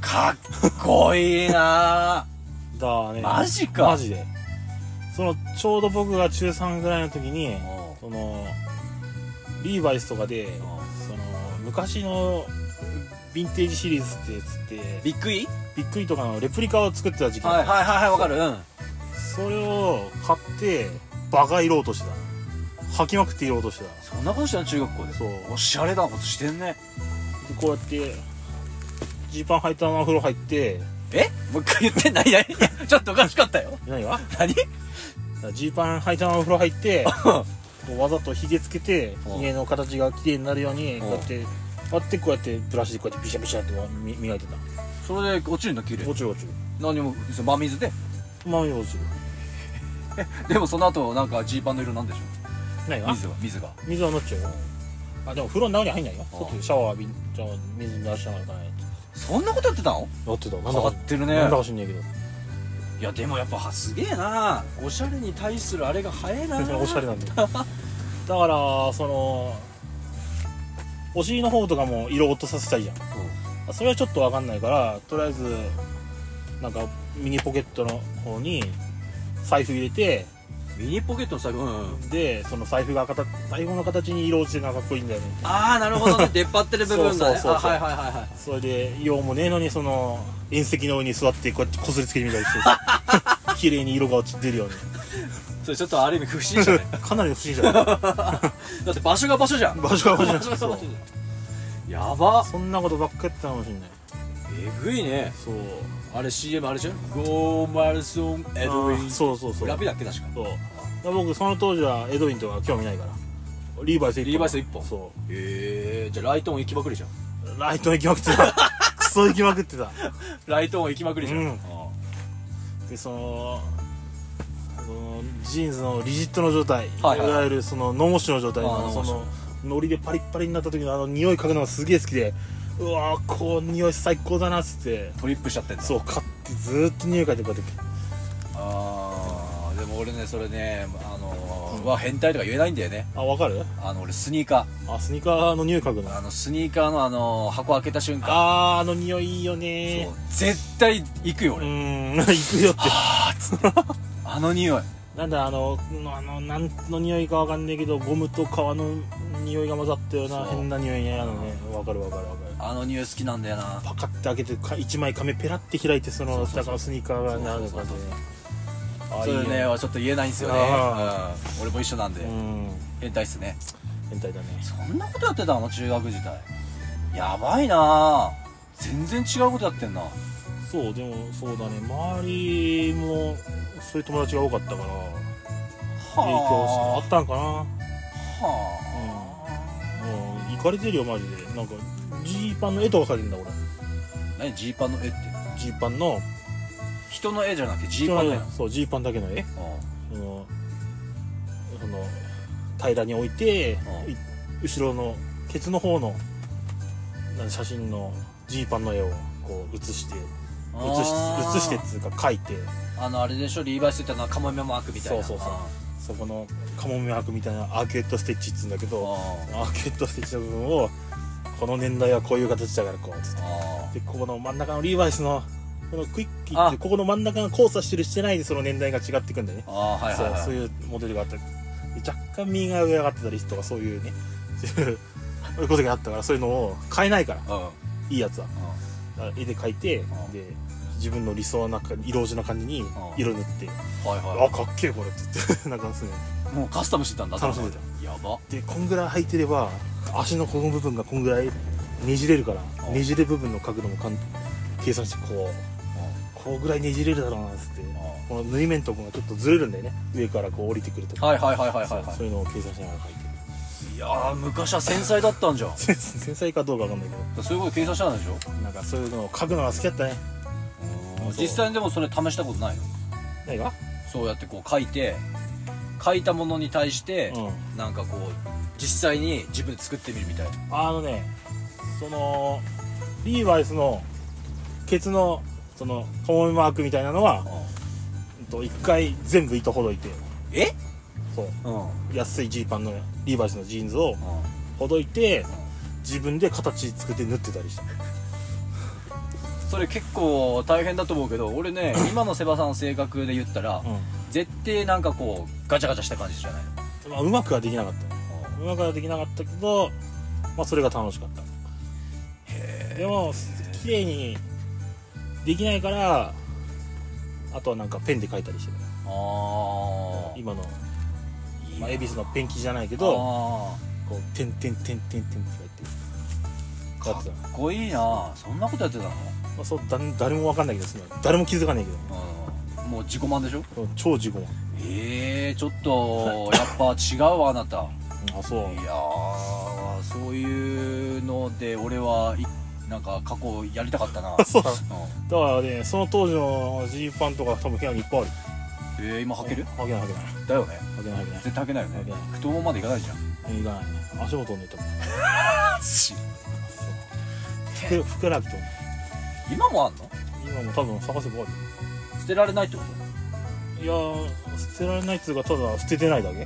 Speaker 2: かっこいいな
Speaker 1: からね
Speaker 2: マジか
Speaker 1: マジでそのちょうど僕が中3ぐらいの時に
Speaker 2: も
Speaker 1: そのリーバイスとかでその昔のヴィンテージシリーズってやつって
Speaker 2: うびっくり
Speaker 1: ビックリとかのレプリカを作ってた時期があ
Speaker 2: は
Speaker 1: っ
Speaker 2: い
Speaker 1: た、
Speaker 2: はいはいはいわかるうん
Speaker 1: それを買ってバカいろうとしてた履きまくっていろうとしてた
Speaker 2: そんなことしたの中学校で
Speaker 1: そう
Speaker 2: おしゃれなことしてんね
Speaker 1: でこうやってジーパン履いたまま風呂入って
Speaker 2: えもう一回言ってないやいやちょっとおかしかったよ
Speaker 1: 何が
Speaker 2: 何
Speaker 1: ジーパン履いたまま風呂入って こうわざとひげつけて
Speaker 2: うん
Speaker 1: ひげの形が綺麗になるように
Speaker 2: ん
Speaker 1: こうやって割ってこうやってブラシでこうやってビシャビシャってみ磨いてた
Speaker 2: それで落ちるの綺麗
Speaker 1: 落ちる落ちる
Speaker 2: 何もその真水で
Speaker 1: まあ落ちる
Speaker 2: でもその後なんかジーパンの色なんでし
Speaker 1: 何
Speaker 2: ょ
Speaker 1: が
Speaker 2: 水が水が
Speaker 1: 水はなっちゃうよあでも風呂の中に入んないよ
Speaker 2: うん
Speaker 1: 外でシャワー浴びじゃあ水出しながら行かない
Speaker 2: そんなことやってたの
Speaker 1: とやってたなん
Speaker 2: 変
Speaker 1: だ
Speaker 2: わ
Speaker 1: か
Speaker 2: ってるね
Speaker 1: なんだか知んねえけど
Speaker 2: いやでもやっぱはすげえなおしゃれに対するあれが早えな
Speaker 1: おしゃれなんだよだからそのお尻の方とかも色落とさせたいじゃんそれはちょっと分かんないからとりあえずなんかミニポケットの方に財布入れて
Speaker 2: ミニポケットの財布、うんうん、
Speaker 1: でその財布が形財布の形に色落ちてるのがかっこいいんだよね
Speaker 2: ああなるほどね出っ張ってる部分だね
Speaker 1: そうそうそうそう
Speaker 2: あはいはいはいはい
Speaker 1: それで用もねえのにその縁石の上に座ってこうやってこすりつけてみたりして さ綺麗に色が落ちてるよね
Speaker 2: それちょっとある意味不審者ね
Speaker 1: かなり不審 者だよ
Speaker 2: だって場所が場所じゃん
Speaker 1: 場所が場所
Speaker 2: 場
Speaker 1: じ
Speaker 2: 所
Speaker 1: ゃん
Speaker 2: が場
Speaker 1: そう
Speaker 2: 所じゃん やば
Speaker 1: そんなことばっかやってたかもしれない
Speaker 2: えぐいね
Speaker 1: そう
Speaker 2: あれ CM あれじゃんゴーマルソンエ
Speaker 1: あ
Speaker 2: ドウィ
Speaker 1: ー
Speaker 2: ン
Speaker 1: そうそうそう
Speaker 2: ラピだっけ確か
Speaker 1: そうだから僕その当時はエドウィンとか興味ないからリーバイス一本
Speaker 2: リーバイス一本
Speaker 1: そ
Speaker 2: ええじゃあライトオン行きまくりじゃん
Speaker 1: うライトン行きまくって たクソ行きまくってた
Speaker 2: ライトオン行きまくりじゃん、
Speaker 1: うん
Speaker 2: ああ
Speaker 1: でそのあのジーンズのリジットの状態、
Speaker 2: はい
Speaker 1: い
Speaker 2: はい
Speaker 1: わゆるそのノーモッシュの状態
Speaker 2: あーノ
Speaker 1: の
Speaker 2: ーモ
Speaker 1: そ
Speaker 2: ッシュ
Speaker 1: のノリでパリッパリになった時のあの匂い嗅ぐのがすげえ好きでうわーこう匂い最高だなっつって
Speaker 2: トリップしちゃってんだ
Speaker 1: そう買ってずーっと匂い嗅いでこうやって
Speaker 2: ああでも俺ねそれねあのーうわ変態とか言えないんだよね
Speaker 1: あわかる
Speaker 2: あの俺スニーカ
Speaker 1: あスニーカーの匂い嗅ぐの
Speaker 2: ー
Speaker 1: あ
Speaker 2: あのスニーカーのあのー箱開けた瞬間
Speaker 1: ーあの匂いいいよ
Speaker 2: そ
Speaker 1: ね
Speaker 2: う絶対行くよ
Speaker 1: う
Speaker 2: 俺、
Speaker 1: ーん 行くよって
Speaker 2: あーっつってあの匂い
Speaker 1: なんだあのあのなんの匂いかわかんねえけどゴムと革の匂いが混ざったような
Speaker 2: そう
Speaker 1: 変な匂いねあのねわかるわかるわかる
Speaker 2: あの匂い好きなんだよな
Speaker 1: パカッて開けてか一枚紙ペラって開いてその
Speaker 2: そうそ
Speaker 1: 下
Speaker 2: うそう
Speaker 1: からスニーカーがなる
Speaker 2: そ
Speaker 1: 感
Speaker 2: う
Speaker 1: じ
Speaker 2: そう
Speaker 1: で
Speaker 2: そう
Speaker 1: あ
Speaker 2: それねちょっと言えないんですよね、
Speaker 1: あ
Speaker 2: うん、俺も一緒なんで、
Speaker 1: うん
Speaker 2: 変態っすね
Speaker 1: 変態だね
Speaker 2: そんなことやってたの中学時代やばいな全然違うことやってんな
Speaker 1: そうでもそうだね周りもそういう友達が多かったから影響
Speaker 2: は
Speaker 1: あったんかな
Speaker 2: あはあ
Speaker 1: もう行かれてるよマジでなんかジーパンの絵とか描いてんだ俺
Speaker 2: 何ジーパンの絵って
Speaker 1: ジーパンの
Speaker 2: 人の絵じゃなくてジーパンだよ
Speaker 1: そうジーパンだけの絵
Speaker 2: う
Speaker 1: そのその平らに置いて、
Speaker 2: うん
Speaker 1: い後ろのケツの方のなん写真のジーパンの絵をこう写して
Speaker 2: ん
Speaker 1: 写し
Speaker 2: あー
Speaker 1: 写してっつうか描いて
Speaker 2: あのあれでしょリーバイスってのはカモメマークみたいな
Speaker 1: そうそうそうそこのカモメ博みたいなアーケードステッチっつうんだけ
Speaker 2: うん
Speaker 1: ど
Speaker 2: あ
Speaker 1: アーケードステッチの部分をこの年代はこういう形だからこうつって
Speaker 2: あ
Speaker 1: でここの真ん中のリーバイスのこのクイッキーっ
Speaker 2: あ
Speaker 1: てここの真ん中が交差してるしてないでその年代が違ってくんだよね
Speaker 2: ああはいはい
Speaker 1: そうそうい
Speaker 2: はい
Speaker 1: うモデルがあったりで若干右が上上がってたりとかそういうね そういうそういうことがあったからそういうのを変えないから
Speaker 2: うんうん
Speaker 1: いいやつはだから絵で描いて
Speaker 2: ん
Speaker 1: で自分の理想の中に色落ちの感じに色塗って
Speaker 2: はい
Speaker 1: あ
Speaker 2: は
Speaker 1: かっけえこれって言って なんかですね
Speaker 2: いもうカスタムしてたんだ
Speaker 1: 楽しんで
Speaker 2: やば
Speaker 1: でこんぐらい履いてれば足のこの部分がこんぐらいねじれるから
Speaker 2: うん
Speaker 1: ねじれ部分の角度もかん計算してこうこうぐらいねじれるだろうなっつってこの縫い目のとこがちょっとずれるんだよね上からこう降りてくるとか
Speaker 2: はいはいはいはいはいは
Speaker 1: そういうのを計算しながら描いてる
Speaker 2: いいやー昔は繊細だったんじゃん
Speaker 1: 繊繊細かどうかわかんないけ
Speaker 2: そういうこと計算してたんでしょ
Speaker 1: どなんかそういうのを書くのが好きだったねうん
Speaker 2: 実際にでもそれ試したことないの
Speaker 1: 何が
Speaker 2: そうやってこう書いて書いたものに対して、
Speaker 1: う
Speaker 2: なんかこう実際に自分で作ってみるみたいな
Speaker 1: あのねそのリーバイスのケツのそのカモメマークみたいなのはうんと一回全部糸ほどいて
Speaker 2: え
Speaker 1: そう
Speaker 2: うんうん
Speaker 1: 安いジーパンのリーバイスのジーンズをほどいて自分で形作って縫ってたりして
Speaker 2: それ結構大変だと思うけど俺 ね今のセバさんの性格で言ったら、
Speaker 1: う
Speaker 2: 絶対なんかこうガチャガチャした感じじゃないの
Speaker 1: ん、まあ、うまくはできなかったうまくはできなかったけど、まあ、それが楽しかった
Speaker 2: へ
Speaker 1: でも綺麗にできないからあとはなんかペンで書いたりしてる
Speaker 2: あー
Speaker 1: 今の、まあ、
Speaker 2: いい
Speaker 1: 恵
Speaker 2: な
Speaker 1: 比寿のペンキじゃないけど
Speaker 2: あ
Speaker 1: こう「てんてんてんてんてん」って
Speaker 2: ー
Speaker 1: 書いてや
Speaker 2: か
Speaker 1: っ
Speaker 2: って
Speaker 1: た、ま
Speaker 2: こいいなそんなことやってたの、
Speaker 1: あ、そうだ誰もわかんないけどその誰も気づかないけど
Speaker 2: うん、もう自己満でしょ
Speaker 1: この超自己満
Speaker 2: ええー、ちょっ とやっぱ違うわあなた
Speaker 1: あそう
Speaker 2: いやーそういうので俺はいなんか過去やりたかった な、うん
Speaker 1: あそうだだからねその当時のジーパンとか多分部屋にいっぱいある
Speaker 2: えー、今履ける
Speaker 1: 履けない履けない
Speaker 2: だよね
Speaker 1: 履けない履けない
Speaker 2: 絶対履けないよね
Speaker 1: 履けない
Speaker 2: 太ももまでいかないじゃん
Speaker 1: いかないね足元にいたもん
Speaker 2: へ
Speaker 1: ふくふくらはぎとか
Speaker 2: 今もあんの
Speaker 1: 今も多分探せばある
Speaker 2: 捨てられないってこ
Speaker 1: いやー捨てられないっつうかただ捨ててないだけ
Speaker 2: と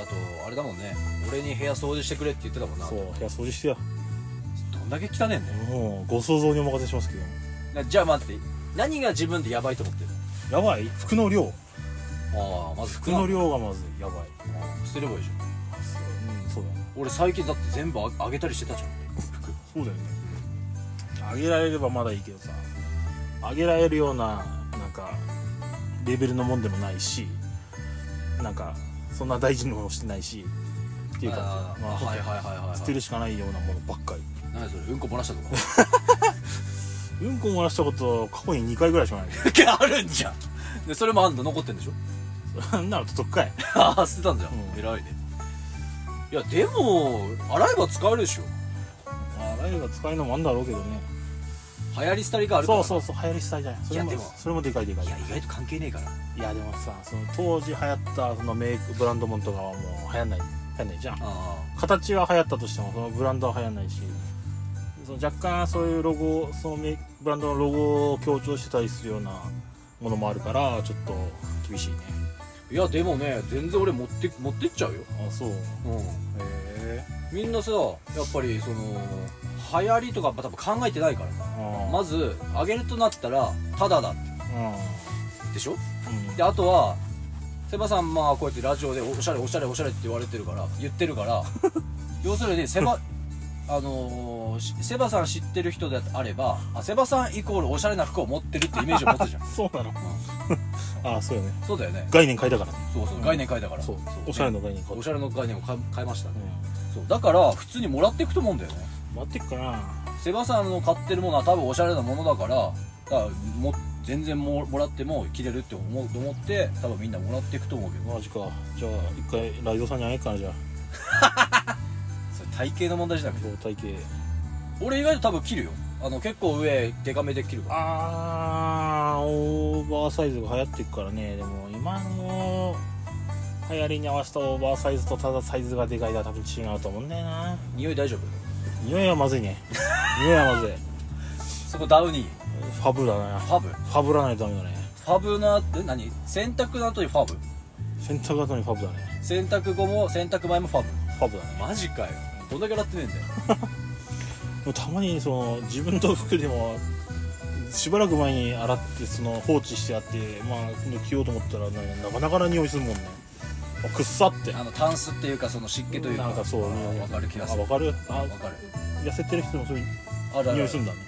Speaker 2: だとあれだもんね俺に部屋掃除してくれって言ってたもんな
Speaker 1: そう部屋掃除してや
Speaker 2: どんだけ汚ねえんだよ
Speaker 1: もうご想像にお任せしますけど
Speaker 2: なじゃあ待って何が自分でやばいと思ってる
Speaker 1: やばい服の量
Speaker 2: のああまず
Speaker 1: 服の量がまずやばい
Speaker 2: ああ捨てればいいじゃん
Speaker 1: うんそうだ
Speaker 2: 俺最近だって全部ああげたりしてたじゃん服
Speaker 1: そうだよねあげられればまだいいけどさあげられるようななんかレベルのもんでもないしなんかそんな大事にもしてないしっていう感
Speaker 2: あ
Speaker 1: じ
Speaker 2: ー
Speaker 1: まあ
Speaker 2: はいはいはいはい、はい、
Speaker 1: 捨てるしかないようなものばっかり
Speaker 2: 何それうんこ漏らしたと
Speaker 1: うんこ漏らしたこと過去に2回ぐらいし かない
Speaker 2: かあるんじゃんでそれもあんだ残ってんでしょ
Speaker 1: そんなのとっかい
Speaker 2: ああ捨てたんじゃん、
Speaker 1: うん
Speaker 2: 偉いねいやでも洗えば使えるでしょ
Speaker 1: あライブが使えるのもあんだろうけどね
Speaker 2: 流行り廃りがあるから
Speaker 1: そう
Speaker 2: う
Speaker 1: そうそう流行りしたいじゃないそれも
Speaker 2: いやでも
Speaker 1: それもでかいでかい
Speaker 2: や意外と関係ねえから
Speaker 1: いやでもさその当時流行ったそのメイクブランドもんとかはもう流行んない流行んないじゃん
Speaker 2: あ
Speaker 1: 形は流行ったとしてもそのブランドは流行んないしその若干そういうロゴそのメイクブランドのロゴを強調してたりするようなものもあるからちょっと厳しいね
Speaker 2: あいやでもね全然俺持って持ってっちゃうよ
Speaker 1: あそうへ
Speaker 2: うん
Speaker 1: え
Speaker 2: みんなさやっぱりその流行りとか多分考えてないからま
Speaker 1: ず
Speaker 2: ずあげるとなったらタダだって
Speaker 1: う
Speaker 2: でしょ
Speaker 1: ん
Speaker 2: であとはセバさんまあこうやってラジオでおしゃれおしゃれおしゃれって言われてるから言ってるから 要するにセバあのーしセバさん知ってる人であればあセバさんイコールおしゃれな服を持ってるってイメージを持つじ ゃん
Speaker 1: そうなのああそうよね
Speaker 2: そうだよね
Speaker 1: 概念変えたからね
Speaker 2: そうそう概念変えたから
Speaker 1: そう
Speaker 2: ね
Speaker 1: おしゃれの概念変えた
Speaker 2: おしゃれの概念を変え変えましたね
Speaker 1: う
Speaker 2: そうだから普通にもらっていくと思うんだよね
Speaker 1: ん待ってっかな
Speaker 2: セバさんの買ってるものは多分おしゃれなものだからだからも全然ももらっても着れるって思うと思って多分みんなもらっていくと思うけど
Speaker 1: マジかじゃあ一回ライドさんに会えっかなじゃあ
Speaker 2: それ体型の問題じゃなくて
Speaker 1: 胴体系
Speaker 2: 俺意外と多分切るよあの結構上デカめで切るから
Speaker 1: あーオーバーサイズが流行ってくからねでも今の流行りに合わせたオーバーサイズとただサイズがでかいだは多分違うと思うんだよな
Speaker 2: 匂い大丈夫
Speaker 1: 匂いはまずい ね匂いはまずい
Speaker 2: そこダウニー
Speaker 1: ファブだな
Speaker 2: ファブフ
Speaker 1: ファブらないとダメだね
Speaker 2: ァブなって何洗濯の後にファブ
Speaker 1: 洗濯後にファブだね
Speaker 2: 洗濯後も洗濯前もファブ
Speaker 1: ファブだね
Speaker 2: マジかよどんだけ洗ってねえんだよ
Speaker 1: でもたまにその自分の服でもしばらく前に洗ってその放置してあってまあ今度着ようと思ったら、ね、なかなかな匂いするもんねあくっさって
Speaker 2: あのタンスっていうかその湿気というか
Speaker 1: なんかそうね
Speaker 2: 分かる気がす
Speaker 1: あ
Speaker 2: る
Speaker 1: わかる
Speaker 2: あ
Speaker 1: あ
Speaker 2: 分かる
Speaker 1: 痩せてる人もそういう
Speaker 2: あるある
Speaker 1: 匂いするんだね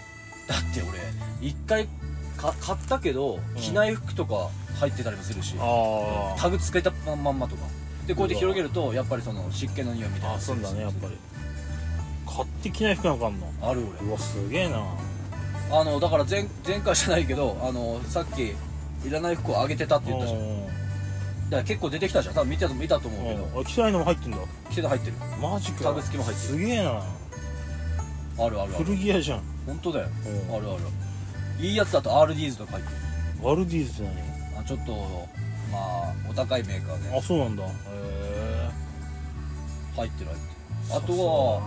Speaker 2: だって俺一回か買ったけど
Speaker 1: ん
Speaker 2: 着ない服とか入ってたりもするし、
Speaker 1: あ
Speaker 2: タグつけたまんまとかでこうやって広げるとやっぱりその湿気の匂いみたいな
Speaker 1: ああそうだねやっぱり買ってきない服なんかあんの
Speaker 2: ある
Speaker 1: うわすげえな
Speaker 2: 俺あのだから前前回じゃないけどあのさっきいらない服をあげてたって言ったじゃんだから結構出てきたじゃん多分見たと見たと思うけど
Speaker 1: あ着たいのも入ってんだ
Speaker 2: 着てた入ってる
Speaker 1: マジか
Speaker 2: タグ付きも入ってる
Speaker 1: すげえな
Speaker 2: あるあるある
Speaker 1: 古着屋じゃん
Speaker 2: 本当だよ
Speaker 1: うん
Speaker 2: あるあるいいやつだと RDs とか入ってる
Speaker 1: ワルディーズって
Speaker 2: あちょっとまあお高いメーカー
Speaker 1: 何
Speaker 2: で
Speaker 1: あそうなんだへえ
Speaker 2: 入ってる入ってるあとは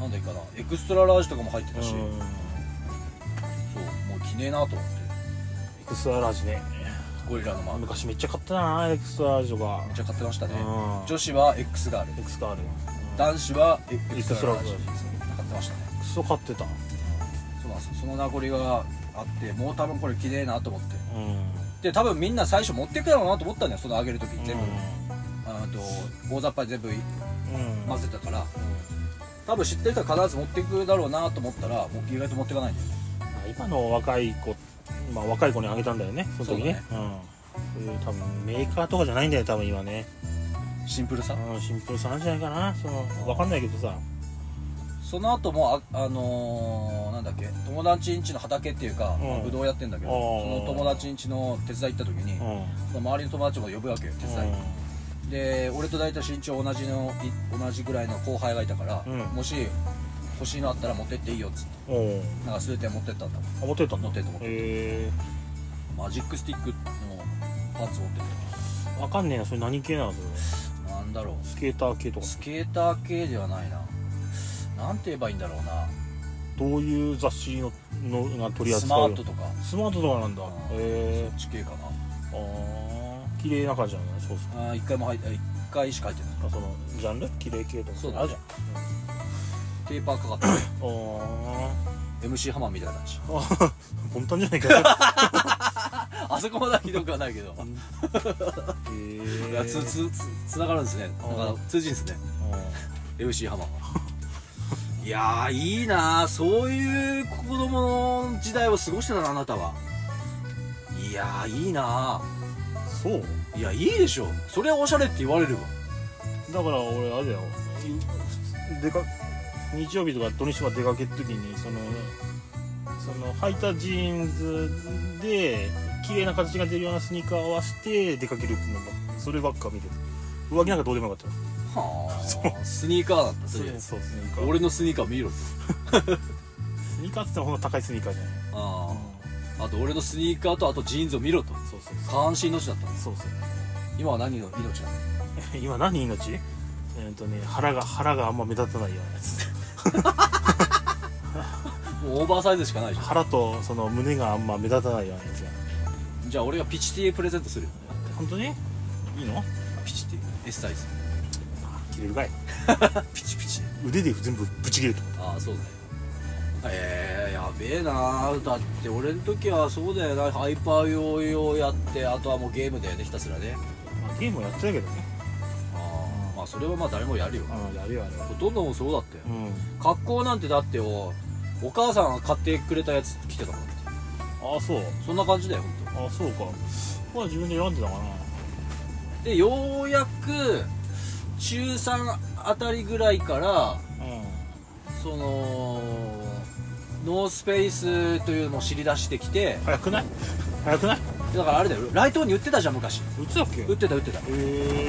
Speaker 2: なんだっけかなエクストララージとかも入って
Speaker 1: う
Speaker 2: たしそうも
Speaker 1: ん
Speaker 2: う着ねえなと思って
Speaker 1: エクストララージね
Speaker 2: ゴリラのマーク
Speaker 1: 昔めっちゃ買ったなエクストララージとか
Speaker 2: めっちゃ買ってましたね
Speaker 1: うん
Speaker 2: 女子は X ガール
Speaker 1: エクストララージ
Speaker 2: 男子はエエクストララージ
Speaker 1: エクストララ
Speaker 2: 買ってましたね
Speaker 1: クソ買ってた
Speaker 2: そうなんですよその名残があってもう多分これ綺麗なと思って
Speaker 1: うん
Speaker 2: で多分みんな最初持ってくだろうなと思ったんだよそのあげる時全部、あと大雑把に全部
Speaker 1: うん
Speaker 2: 混ぜたから多分知ってる人は必ず持ってくだろうなと思ったらもう意外と持ってかないんだよね
Speaker 1: 今の若い子、まあ、若い子にあげたんだよねその時ねうんそういう多分メーカーとかじゃないんだよ多分今ね
Speaker 2: シンプルさ
Speaker 1: うんシンプルさなんじゃないかなその分かんないけどさ
Speaker 2: その後もああのーなんだっけ友達ん家の畑っていうか、
Speaker 1: うん
Speaker 2: まあぶどうやってんだけど
Speaker 1: あ
Speaker 2: そ
Speaker 1: ー
Speaker 2: の友達ん家の手伝い行った時に、
Speaker 1: うんうん
Speaker 2: その周りの友達も呼ぶわけよ手伝い、で俺と大体身長同じのい同じぐらいの後輩がいたから、
Speaker 1: うん
Speaker 2: もし欲しいのあったら持ってっていいよっつって
Speaker 1: おう
Speaker 2: なんか数点持ってったんだ
Speaker 1: あ持ってったんだ
Speaker 2: 持ってった持って
Speaker 1: へえ
Speaker 2: マジックスティックのパンツ持って
Speaker 1: 分かんねえなそれ何系なのそれ
Speaker 2: たなんだろ
Speaker 1: スケーター系と
Speaker 2: う
Speaker 1: か
Speaker 2: スケーター系ではないななんて言えばいいんだろうな
Speaker 1: どういう雑誌ののが取り
Speaker 2: ス
Speaker 1: 扱
Speaker 2: マ
Speaker 1: う
Speaker 2: ートとか
Speaker 1: スマートとかなんだ
Speaker 2: うん
Speaker 1: へえ
Speaker 2: そっち系かな
Speaker 1: ああ綺麗な感じなのねそうそう
Speaker 2: あー一回も入って一回しか入ってない
Speaker 1: あそのジャンル綺麗系とか
Speaker 2: そう
Speaker 1: あ
Speaker 2: だね
Speaker 1: るじゃん
Speaker 2: テーパーかか った
Speaker 1: おー
Speaker 2: MC ハマーみたいな感じ
Speaker 1: あ本当じゃないか
Speaker 2: あそこまではひどくはないけど、
Speaker 1: へ
Speaker 2: いやつつつつながるんですね
Speaker 1: うん
Speaker 2: なんか通じんですね
Speaker 1: う
Speaker 2: MC ハマーはいやー いいなーそういう子供の時代を過ごしてたなあなたはいやーいいなー
Speaker 1: んそう
Speaker 2: いやいいでしょそれはおしゃれって言われるわ
Speaker 1: だから俺あれだよい出か日曜日とか土日は出かける時にそのその履いたジーンズで綺麗な形が出るようなスニーカーを合わせて出かけるっていうのばっかそればっか見てた上着なんかどうでもよかったよ
Speaker 2: はあスニーカーだったとりあえず
Speaker 1: そうスニーカー
Speaker 2: 俺のスニーカー見ろって
Speaker 1: スニーカーって言ってもほんと高いスニーカーじゃない
Speaker 2: あああと俺のスニーカーとあとジーンズを見ろと
Speaker 1: そうそうそ
Speaker 2: 下半身命だったの
Speaker 1: うそうそ
Speaker 2: 今は何の命なの
Speaker 1: う 今何命えっとね腹が腹があんま目立たないようなやつ
Speaker 2: もうオーバーサイズしかないじゃ
Speaker 1: 腹とその胸があんま目立たないようなやつや
Speaker 2: んじゃあ俺がピチティプレゼントするよ
Speaker 1: 本当にいいの
Speaker 2: ピチティ S サイズ
Speaker 1: 切れるかい
Speaker 2: ピチピチ
Speaker 1: 腕で全部ぶち切れると
Speaker 2: ああそうだよえー、やべえなだって俺の時はそうだよなハイパーヨーヨーやってあとはもうゲームだよねひたすらね
Speaker 1: まあ、ゲームはやってたけどね
Speaker 2: ああまあそれはまあ誰もやるよ
Speaker 1: あのやるよあれは
Speaker 2: ほとんどもうそうだったよ
Speaker 1: うん
Speaker 2: 格好なんてだってよお母さんが買ってくれたやつ着てたもん
Speaker 1: ああそう
Speaker 2: そんな感じだよ本
Speaker 1: ああそうかこれは自分で選んでたかな
Speaker 2: 当。でようやく中3あたりぐらいから
Speaker 1: うん
Speaker 2: そのノースペースというのを知り出してきて
Speaker 1: 早くない早くない
Speaker 2: だからあれだよライトオンに売ってたじゃん昔
Speaker 1: 打つだっけ
Speaker 2: 売
Speaker 1: へ
Speaker 2: ってた売ってた
Speaker 1: え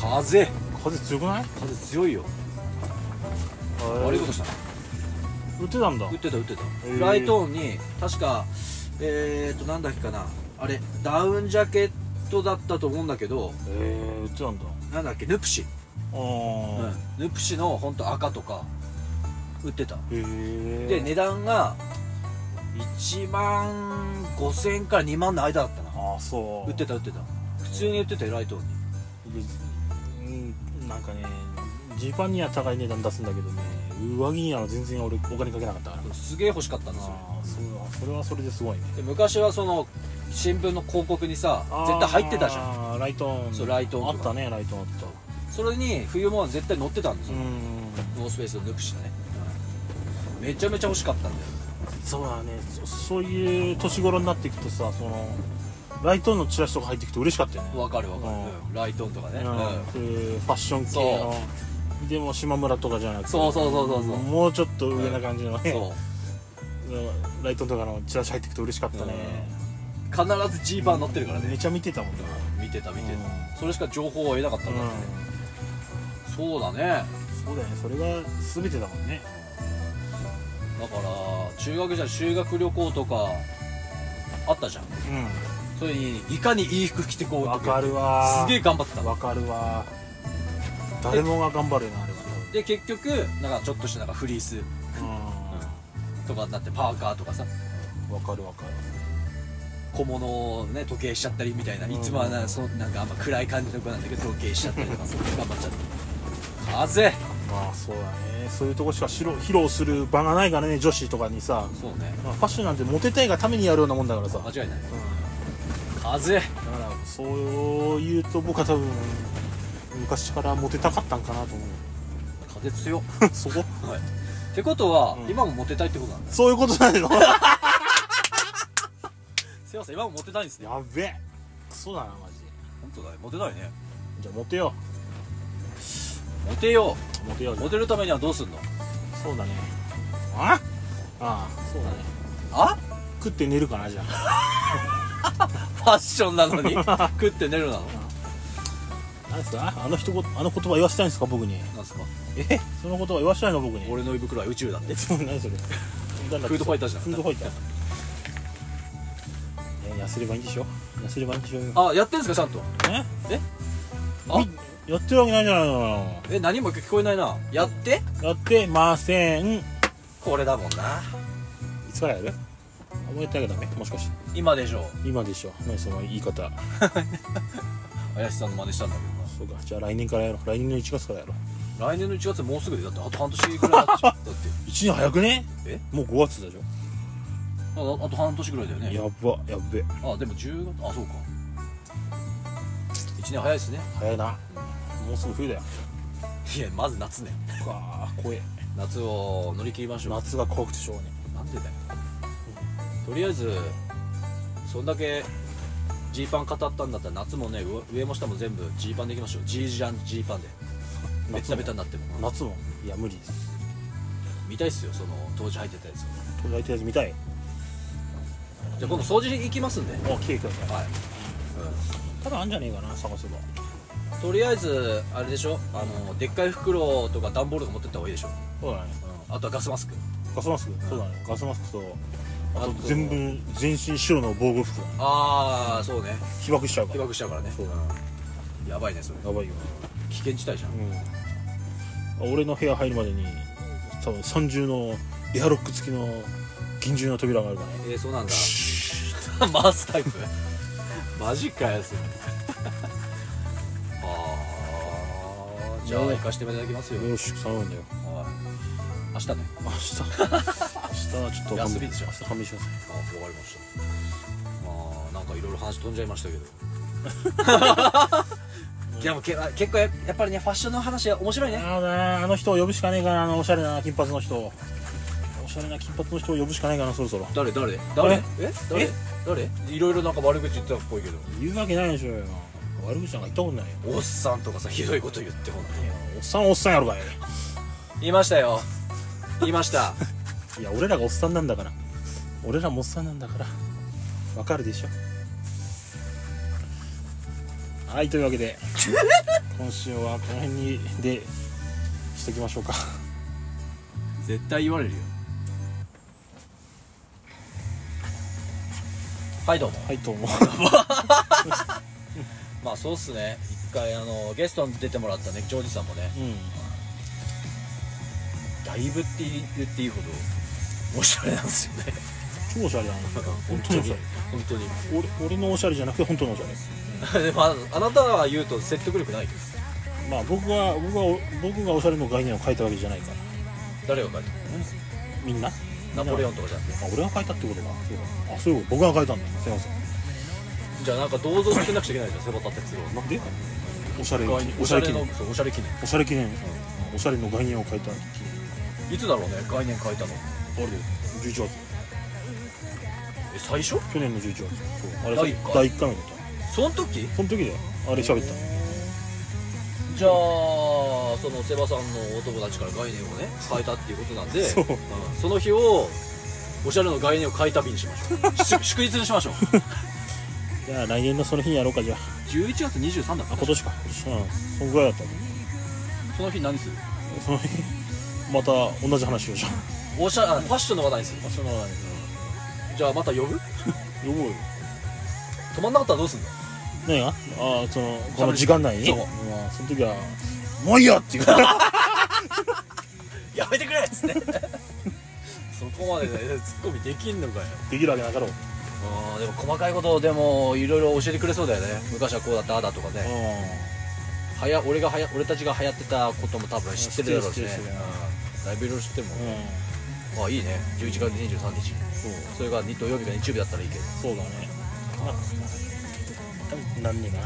Speaker 2: 風
Speaker 1: 風強くない
Speaker 2: 風強いよ悪いことしたな
Speaker 1: 打ってたんだ
Speaker 2: 打ってた打ってた
Speaker 1: ー
Speaker 2: ライトオンに確かえー、っとなんだっけかなあれダウンジャケットだったと思うんだけど
Speaker 1: へえ打ってたんだ
Speaker 2: なんだっけヌプシ
Speaker 1: あ
Speaker 2: う
Speaker 1: あ
Speaker 2: んヌプシの本当赤とか売ってた
Speaker 1: へえ
Speaker 2: で値段が1万5000円から2万の間だったな
Speaker 1: ああそう
Speaker 2: 売ってた売ってた普通に売ってたよライトオンに
Speaker 1: うんなんかねジーパンには高い値段出すんだけどね上着には全然俺お金かけなかったから
Speaker 2: すげえ欲しかったんですよ
Speaker 1: ああそうだそれはそれですごいね
Speaker 2: で昔はその新聞の広告にさ絶対入ってたじゃん
Speaker 1: ゃんライトオン
Speaker 2: そうライトオン
Speaker 1: あ
Speaker 2: と
Speaker 1: っ
Speaker 2: か
Speaker 1: たねライトオンあった
Speaker 2: それに冬物は絶対載ってたんです
Speaker 1: う
Speaker 2: よ、
Speaker 1: ん
Speaker 2: ノースペースのヌプシのね、めちゃめちゃ欲しかったんだよ
Speaker 1: そうだねそそういう年頃になっていくとさそのライトオンのチラシとか入ってきて嬉しかったよね
Speaker 2: わかるわかる、
Speaker 1: うん
Speaker 2: うんライトオンとかね、
Speaker 1: う
Speaker 2: うん
Speaker 1: んそういうファッション系のでも島村とかじゃなくて
Speaker 2: そうそうそうそうそう
Speaker 1: もうちょっと上な感じのね、
Speaker 2: そう
Speaker 1: ライトオンとかのチラシ入ってきて嬉しかったね、
Speaker 2: 必ずジーパン乗ってるからね、
Speaker 1: めちゃ見てたもんな、
Speaker 2: 見てた見て
Speaker 1: う
Speaker 2: た、
Speaker 1: ん
Speaker 2: それしか情報を得なかったんだ、
Speaker 1: う
Speaker 2: そうだねだか
Speaker 1: ん、そうだよねそれが全てだもんね
Speaker 2: ら中学じゃ修学旅行とかあったじゃん
Speaker 1: う
Speaker 2: それにいかにいい服着てこう
Speaker 1: わ
Speaker 2: と
Speaker 1: かるわ
Speaker 2: すげえ頑張ってた
Speaker 1: わかるわ誰もが頑張るよなあれ
Speaker 2: で結局なんかちょっとしたなんかフリース
Speaker 1: は
Speaker 2: とかになってパーカーとかさ
Speaker 1: うんわかるわかる
Speaker 2: 小物をね時計しちゃったりみたいな、
Speaker 1: うん
Speaker 2: いつもはなそのなんかあんま暗い感じの子なんだけど時計しちゃったりとかそう頑張っちゃって風
Speaker 1: まあそうだねそういうとこしかしろ披露する場がないからね女子とかにさ、
Speaker 2: そうね
Speaker 1: まあファッションなんてモテたいがためにやるようなもんだからさ、うん、だ
Speaker 2: 間違いない
Speaker 1: か
Speaker 2: 風
Speaker 1: らそう言うと僕は多分昔からモテたかったんかなと思
Speaker 2: 風強っ、
Speaker 1: う そこ
Speaker 2: はい、ってことは、
Speaker 1: うん
Speaker 2: 今もモテたいってことなんだ
Speaker 1: そういうことないの
Speaker 2: すいません今もモテたいんですね
Speaker 1: やべえクソだなマジで
Speaker 2: 本当だねモテたいね
Speaker 1: じゃあモテよ
Speaker 2: モテよ
Speaker 1: うモテよう
Speaker 2: うモテるためにはどうすんの
Speaker 1: そうだねあああそうだね
Speaker 2: あ
Speaker 1: 食って寝るかなじゃあ
Speaker 2: ファッションなの に食って寝るなの
Speaker 1: 何ですかあの一言あの言葉言わせたいんですか僕に
Speaker 2: なんすか
Speaker 1: えその言葉言わせたいの僕に
Speaker 2: 俺の胃袋は宇宙だって
Speaker 1: えそう何それなんだっけ
Speaker 2: フードファイターじゃん
Speaker 1: フードファイターえ痩せればいいんでしょ痩せればいいんでしょ
Speaker 2: あやってんすかちゃんと
Speaker 1: え
Speaker 2: えあ
Speaker 1: あやってるわけないじゃないの
Speaker 2: え何も聞こえないなやって
Speaker 1: やってませんい
Speaker 2: これだもんな
Speaker 1: つからやるもうやってあげたねもしかして
Speaker 2: 今でしょ
Speaker 1: 今でしょ何その言い方
Speaker 2: 林さんの真似したんだけどな
Speaker 1: そうかじゃあ来年からやろう来年の1月からやろう
Speaker 2: 来年の1月もうすぐでだってあと半年くらいになっちゃう だって
Speaker 1: 1年早くね
Speaker 2: え
Speaker 1: もう5月だじ
Speaker 2: ああと半年くらいだよ
Speaker 1: ゃん
Speaker 2: ね
Speaker 1: やばやっべ
Speaker 2: あでも10月あそうか1年早いですね
Speaker 1: 早いなもうすぐ冬だよ
Speaker 2: いやまず夏ね
Speaker 1: うわー怖え
Speaker 2: 夏を乗り切りましょう
Speaker 1: 夏が怖くてしょうがね
Speaker 2: なんでだよとりあえずそんだけジーパン語ったんだったら夏もね上上も下も全部ジーパンでいきましょうジージャンジーパンで
Speaker 1: 夏も
Speaker 2: ベタベタになっても
Speaker 1: 夏もいや無理です
Speaker 2: 見たいっすよその当時入ってたやつ
Speaker 1: 東大とりあえず見たい
Speaker 2: じゃあ今度掃除行きますんで
Speaker 1: あ来てください
Speaker 2: はい、
Speaker 1: ただあんじゃねえかな探せば
Speaker 2: うん、とりあえずあれでしょあのでっかい袋とか段ボールとか持ってった方がいいでしょ、
Speaker 1: そうだね
Speaker 2: うん、あとはガスマスク
Speaker 1: ガスマスクそうだねガスマスクとあ
Speaker 2: あ
Speaker 1: と
Speaker 2: と
Speaker 1: 全部全身白の防護服だね
Speaker 2: ああそうね
Speaker 1: 被爆しちゃうか
Speaker 2: 被
Speaker 1: らや
Speaker 2: 爆しちゃうからね
Speaker 1: そう
Speaker 2: うんやばいねそれ
Speaker 1: ばいよ
Speaker 2: 危険地帯じゃん
Speaker 1: うん俺の部屋入るまでに多分三重のエアロック付きの厳重な扉があるからね
Speaker 2: えー、そうなんだ 回すタイプマジかよそれ あーじゃあ行かしていただきますよ、
Speaker 1: よし頼んだよ
Speaker 2: はい明日ね
Speaker 1: 明日明日はちょっと勘弁
Speaker 2: 休みでしょ
Speaker 1: 明日勘弁しなさい
Speaker 2: あわかりましたまあなんかいろいろ話飛んじゃいましたけど でもけあ結構ややっぱりねファッションの話は面白いね
Speaker 1: あのねあの人を呼ぶしかねえかなあのおしゃれな金髪の人をおしゃれな金髪の人を呼ぶしかないかなそろそろ
Speaker 2: 誰誰誰
Speaker 1: え
Speaker 2: え誰
Speaker 1: え
Speaker 2: 誰いろいろなんか悪口言ってたっぽいけど
Speaker 1: 言うわけないでしょうよ悪口なんか言ったことないよ
Speaker 2: おっさんとかさひどいこと言ってほんと
Speaker 1: いやおっさんはおっさんやろかい
Speaker 2: 言いましたよ言いました
Speaker 1: いや俺らがおっさんなんだから俺らもおっさんなんだからわかるでしょはいというわけで今週はこの辺にでしときましょうか
Speaker 2: 絶対言われるよはいどうも
Speaker 1: はいどうも
Speaker 2: まあそうっすね一回あのゲストに出てもらったねジョージさんもね
Speaker 1: うん
Speaker 2: だいぶって言っていいほどおしゃれなんですよね
Speaker 1: 超おしゃれだな本当におしゃ
Speaker 2: 本当に
Speaker 1: れ俺俺のおしゃれじゃなくて本当のおしゃれ
Speaker 2: でもああなたは言うと説得力ないよ
Speaker 1: まあ僕が僕がお僕がおしゃれの概念を変えたわけじゃないから
Speaker 2: 誰が書いた
Speaker 1: みんな
Speaker 2: のナポレオ
Speaker 1: ン
Speaker 2: ンとかじゃなくて
Speaker 1: あ俺が変えたってことかそうだあそういうこと僕が変えたんだすいません
Speaker 2: じゃあなんか銅像作んなくちゃいけないじゃんセバタ哲郎
Speaker 1: なんでおしゃれ
Speaker 2: の
Speaker 1: おしゃれ記
Speaker 2: の
Speaker 1: 念
Speaker 2: そうおしゃれ記念
Speaker 1: おしゃれ記念おしゃれの概念を変えた記
Speaker 2: いつだろうね概念書いたの
Speaker 1: 念あれだよ11月
Speaker 2: え最初
Speaker 1: 去年の11月そうあれ
Speaker 2: 第一回
Speaker 1: 第1回目だった
Speaker 2: その時
Speaker 1: その時だよあれ喋った
Speaker 2: じゃあそのセバさんのお友達から概念をね変えたっていうことなんで
Speaker 1: そうん
Speaker 2: その日をおしゃれの概念を変えた日にしましょ うし祝日にしましょう
Speaker 1: じゃあ来年のその日にやろうかじゃあ
Speaker 2: 11月23だった
Speaker 1: あ今年か今年うんそのぐらいだったね
Speaker 2: その日何する
Speaker 1: その日また同じ話をじゃあ
Speaker 2: おしゃあファッションの話題にする
Speaker 1: その話
Speaker 2: じゃあまた呼
Speaker 1: 呼
Speaker 2: ぶ
Speaker 1: ぼうよ
Speaker 2: 止まんなかったらどうすんの
Speaker 1: 何がああそのこの時間内に
Speaker 2: そう
Speaker 1: まあその時はもういいよっていうあ
Speaker 2: やめてくれっつって そこまでねツッコミできんのかよ
Speaker 1: できるわけなかろう
Speaker 2: うんでも細かいことをでもいろいろ教えてくれそうだよね昔はこうだったああだとかね
Speaker 1: う
Speaker 2: はや俺がはや俺たちが流行ってたことも多分知ってるだろうしね
Speaker 1: 知ってる知ってる
Speaker 2: うんだいぶいろいろ知ってるもん、
Speaker 1: んうん
Speaker 2: あいいね11月23日
Speaker 1: そう
Speaker 2: それが日土曜日か日曜日だったらいいけど
Speaker 1: そうだねな何年かな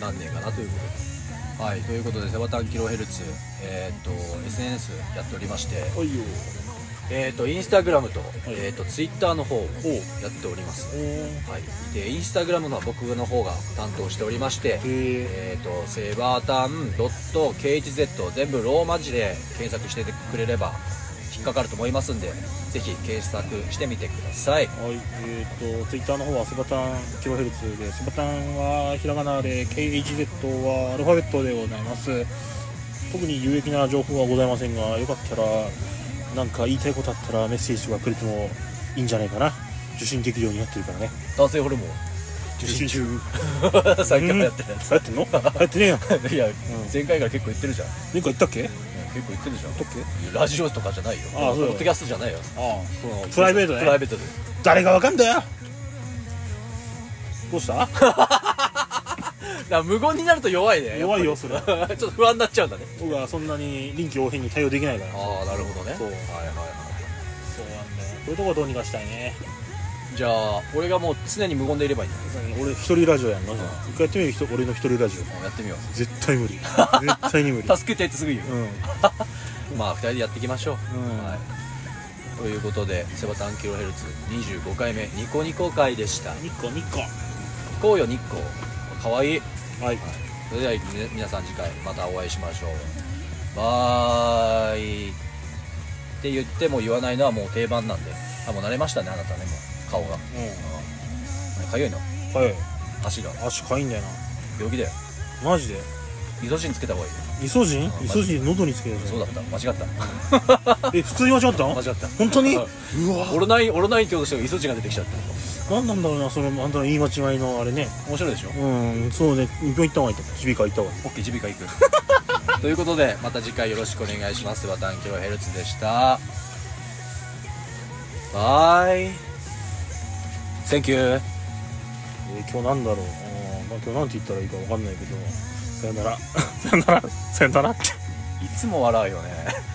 Speaker 2: 何年か なということではいということでセバタンキロヘルツえーっと SNS やっておりまして
Speaker 1: おいよ
Speaker 2: えーっとインスタグラムと,、
Speaker 1: い
Speaker 2: えーっとツイッターの方を
Speaker 1: おう
Speaker 2: やっております
Speaker 1: おー
Speaker 2: はい、でインスタグラムのは僕の方が担当しておりまして、
Speaker 1: へえ
Speaker 2: えー、とセバータン .khz 全部ローマ字で検索してくれれば引っかかると思いますんでぜひ検索してみてください
Speaker 1: はいえー、とツイッターの方はセバタンキロヘルツでセバタンはひらがなで KHZ はアルファベットでございます特に有益な情報はございませんがよかったらなんか言いたいことあったらメッセージとかくれてもいいんじゃないかな受信できるようになってるからね
Speaker 2: 男性ホ ルモン
Speaker 1: 受信 中
Speaker 2: 最近流行ってるや
Speaker 1: 流行ってんの流行ってねえよ
Speaker 2: ついや、前回から結構言ってるじゃん
Speaker 1: 何か言ったっけ
Speaker 2: 結構行ってるじゃん
Speaker 1: っけ
Speaker 2: ラジオとかじゃないよ
Speaker 1: ああそうだよ
Speaker 2: ポッドキャストじゃないよ
Speaker 1: ああそうプライベート
Speaker 2: プライ
Speaker 1: ね
Speaker 2: ベートで
Speaker 1: 誰がわかんだよどうした
Speaker 2: だから無言になると弱いねやっぱ
Speaker 1: 弱い
Speaker 2: り
Speaker 1: よそれ
Speaker 2: ちょっと不安になっちゃうんだね
Speaker 1: 僕はそんなに臨機応変に対応できないから
Speaker 2: ああなるほどね
Speaker 1: そう
Speaker 2: はいはいは
Speaker 1: そうなんだよこういうとこどうにかしたいね
Speaker 2: いじゃあ俺がもう常に無言でいればいいんだ
Speaker 1: 俺一人ラジオやんなじゃあ一回やってみる人俺の一人ラジオ
Speaker 2: もうやってみよう
Speaker 1: 絶対無 理絶対に 無理
Speaker 2: 助けてってすぐ言う、
Speaker 1: うん
Speaker 2: まあ2人でやっていきましょう、
Speaker 1: うん
Speaker 2: はい、ということでセバタンキロヘルツ25回目ニコニコ会でした
Speaker 1: ニコニコ
Speaker 2: 行こうよ日光かわいい
Speaker 1: はい
Speaker 2: それでは、み皆さん次回またお会いしましょうバーイって言っても言わないのはもう定番なんであもう慣れましたねあなたねもう顔が
Speaker 1: う
Speaker 2: かゆいの
Speaker 1: んはい
Speaker 2: 足が
Speaker 1: 足かいんだよ
Speaker 2: 病気だよ
Speaker 1: なマジで
Speaker 2: イソジンつけた方がいいよ
Speaker 1: イソジン
Speaker 2: あ
Speaker 1: イソジン喉につけるやつ
Speaker 2: そうだった間違った
Speaker 1: え普通に間違ったの
Speaker 2: 間違った
Speaker 1: 本当にう
Speaker 2: うん
Speaker 1: わ
Speaker 2: オロナインオロナインってことしてイソジンが出てきちゃった
Speaker 1: 何なんだろうなそれあんたの言い間違いのあれね
Speaker 2: 面白いでしょ
Speaker 1: うんそうね病院行った方がいいと思う耳鼻科行った方がいい
Speaker 2: オッケー耳鼻科行くということでまた次回よろしくお願いしますバタンキロヘルツでしたバイ Thank you
Speaker 1: えー今日なんだろううんまあ今日なんて言ったらいい かわかんないけどさよならさよならさよなら
Speaker 2: いつも笑うよね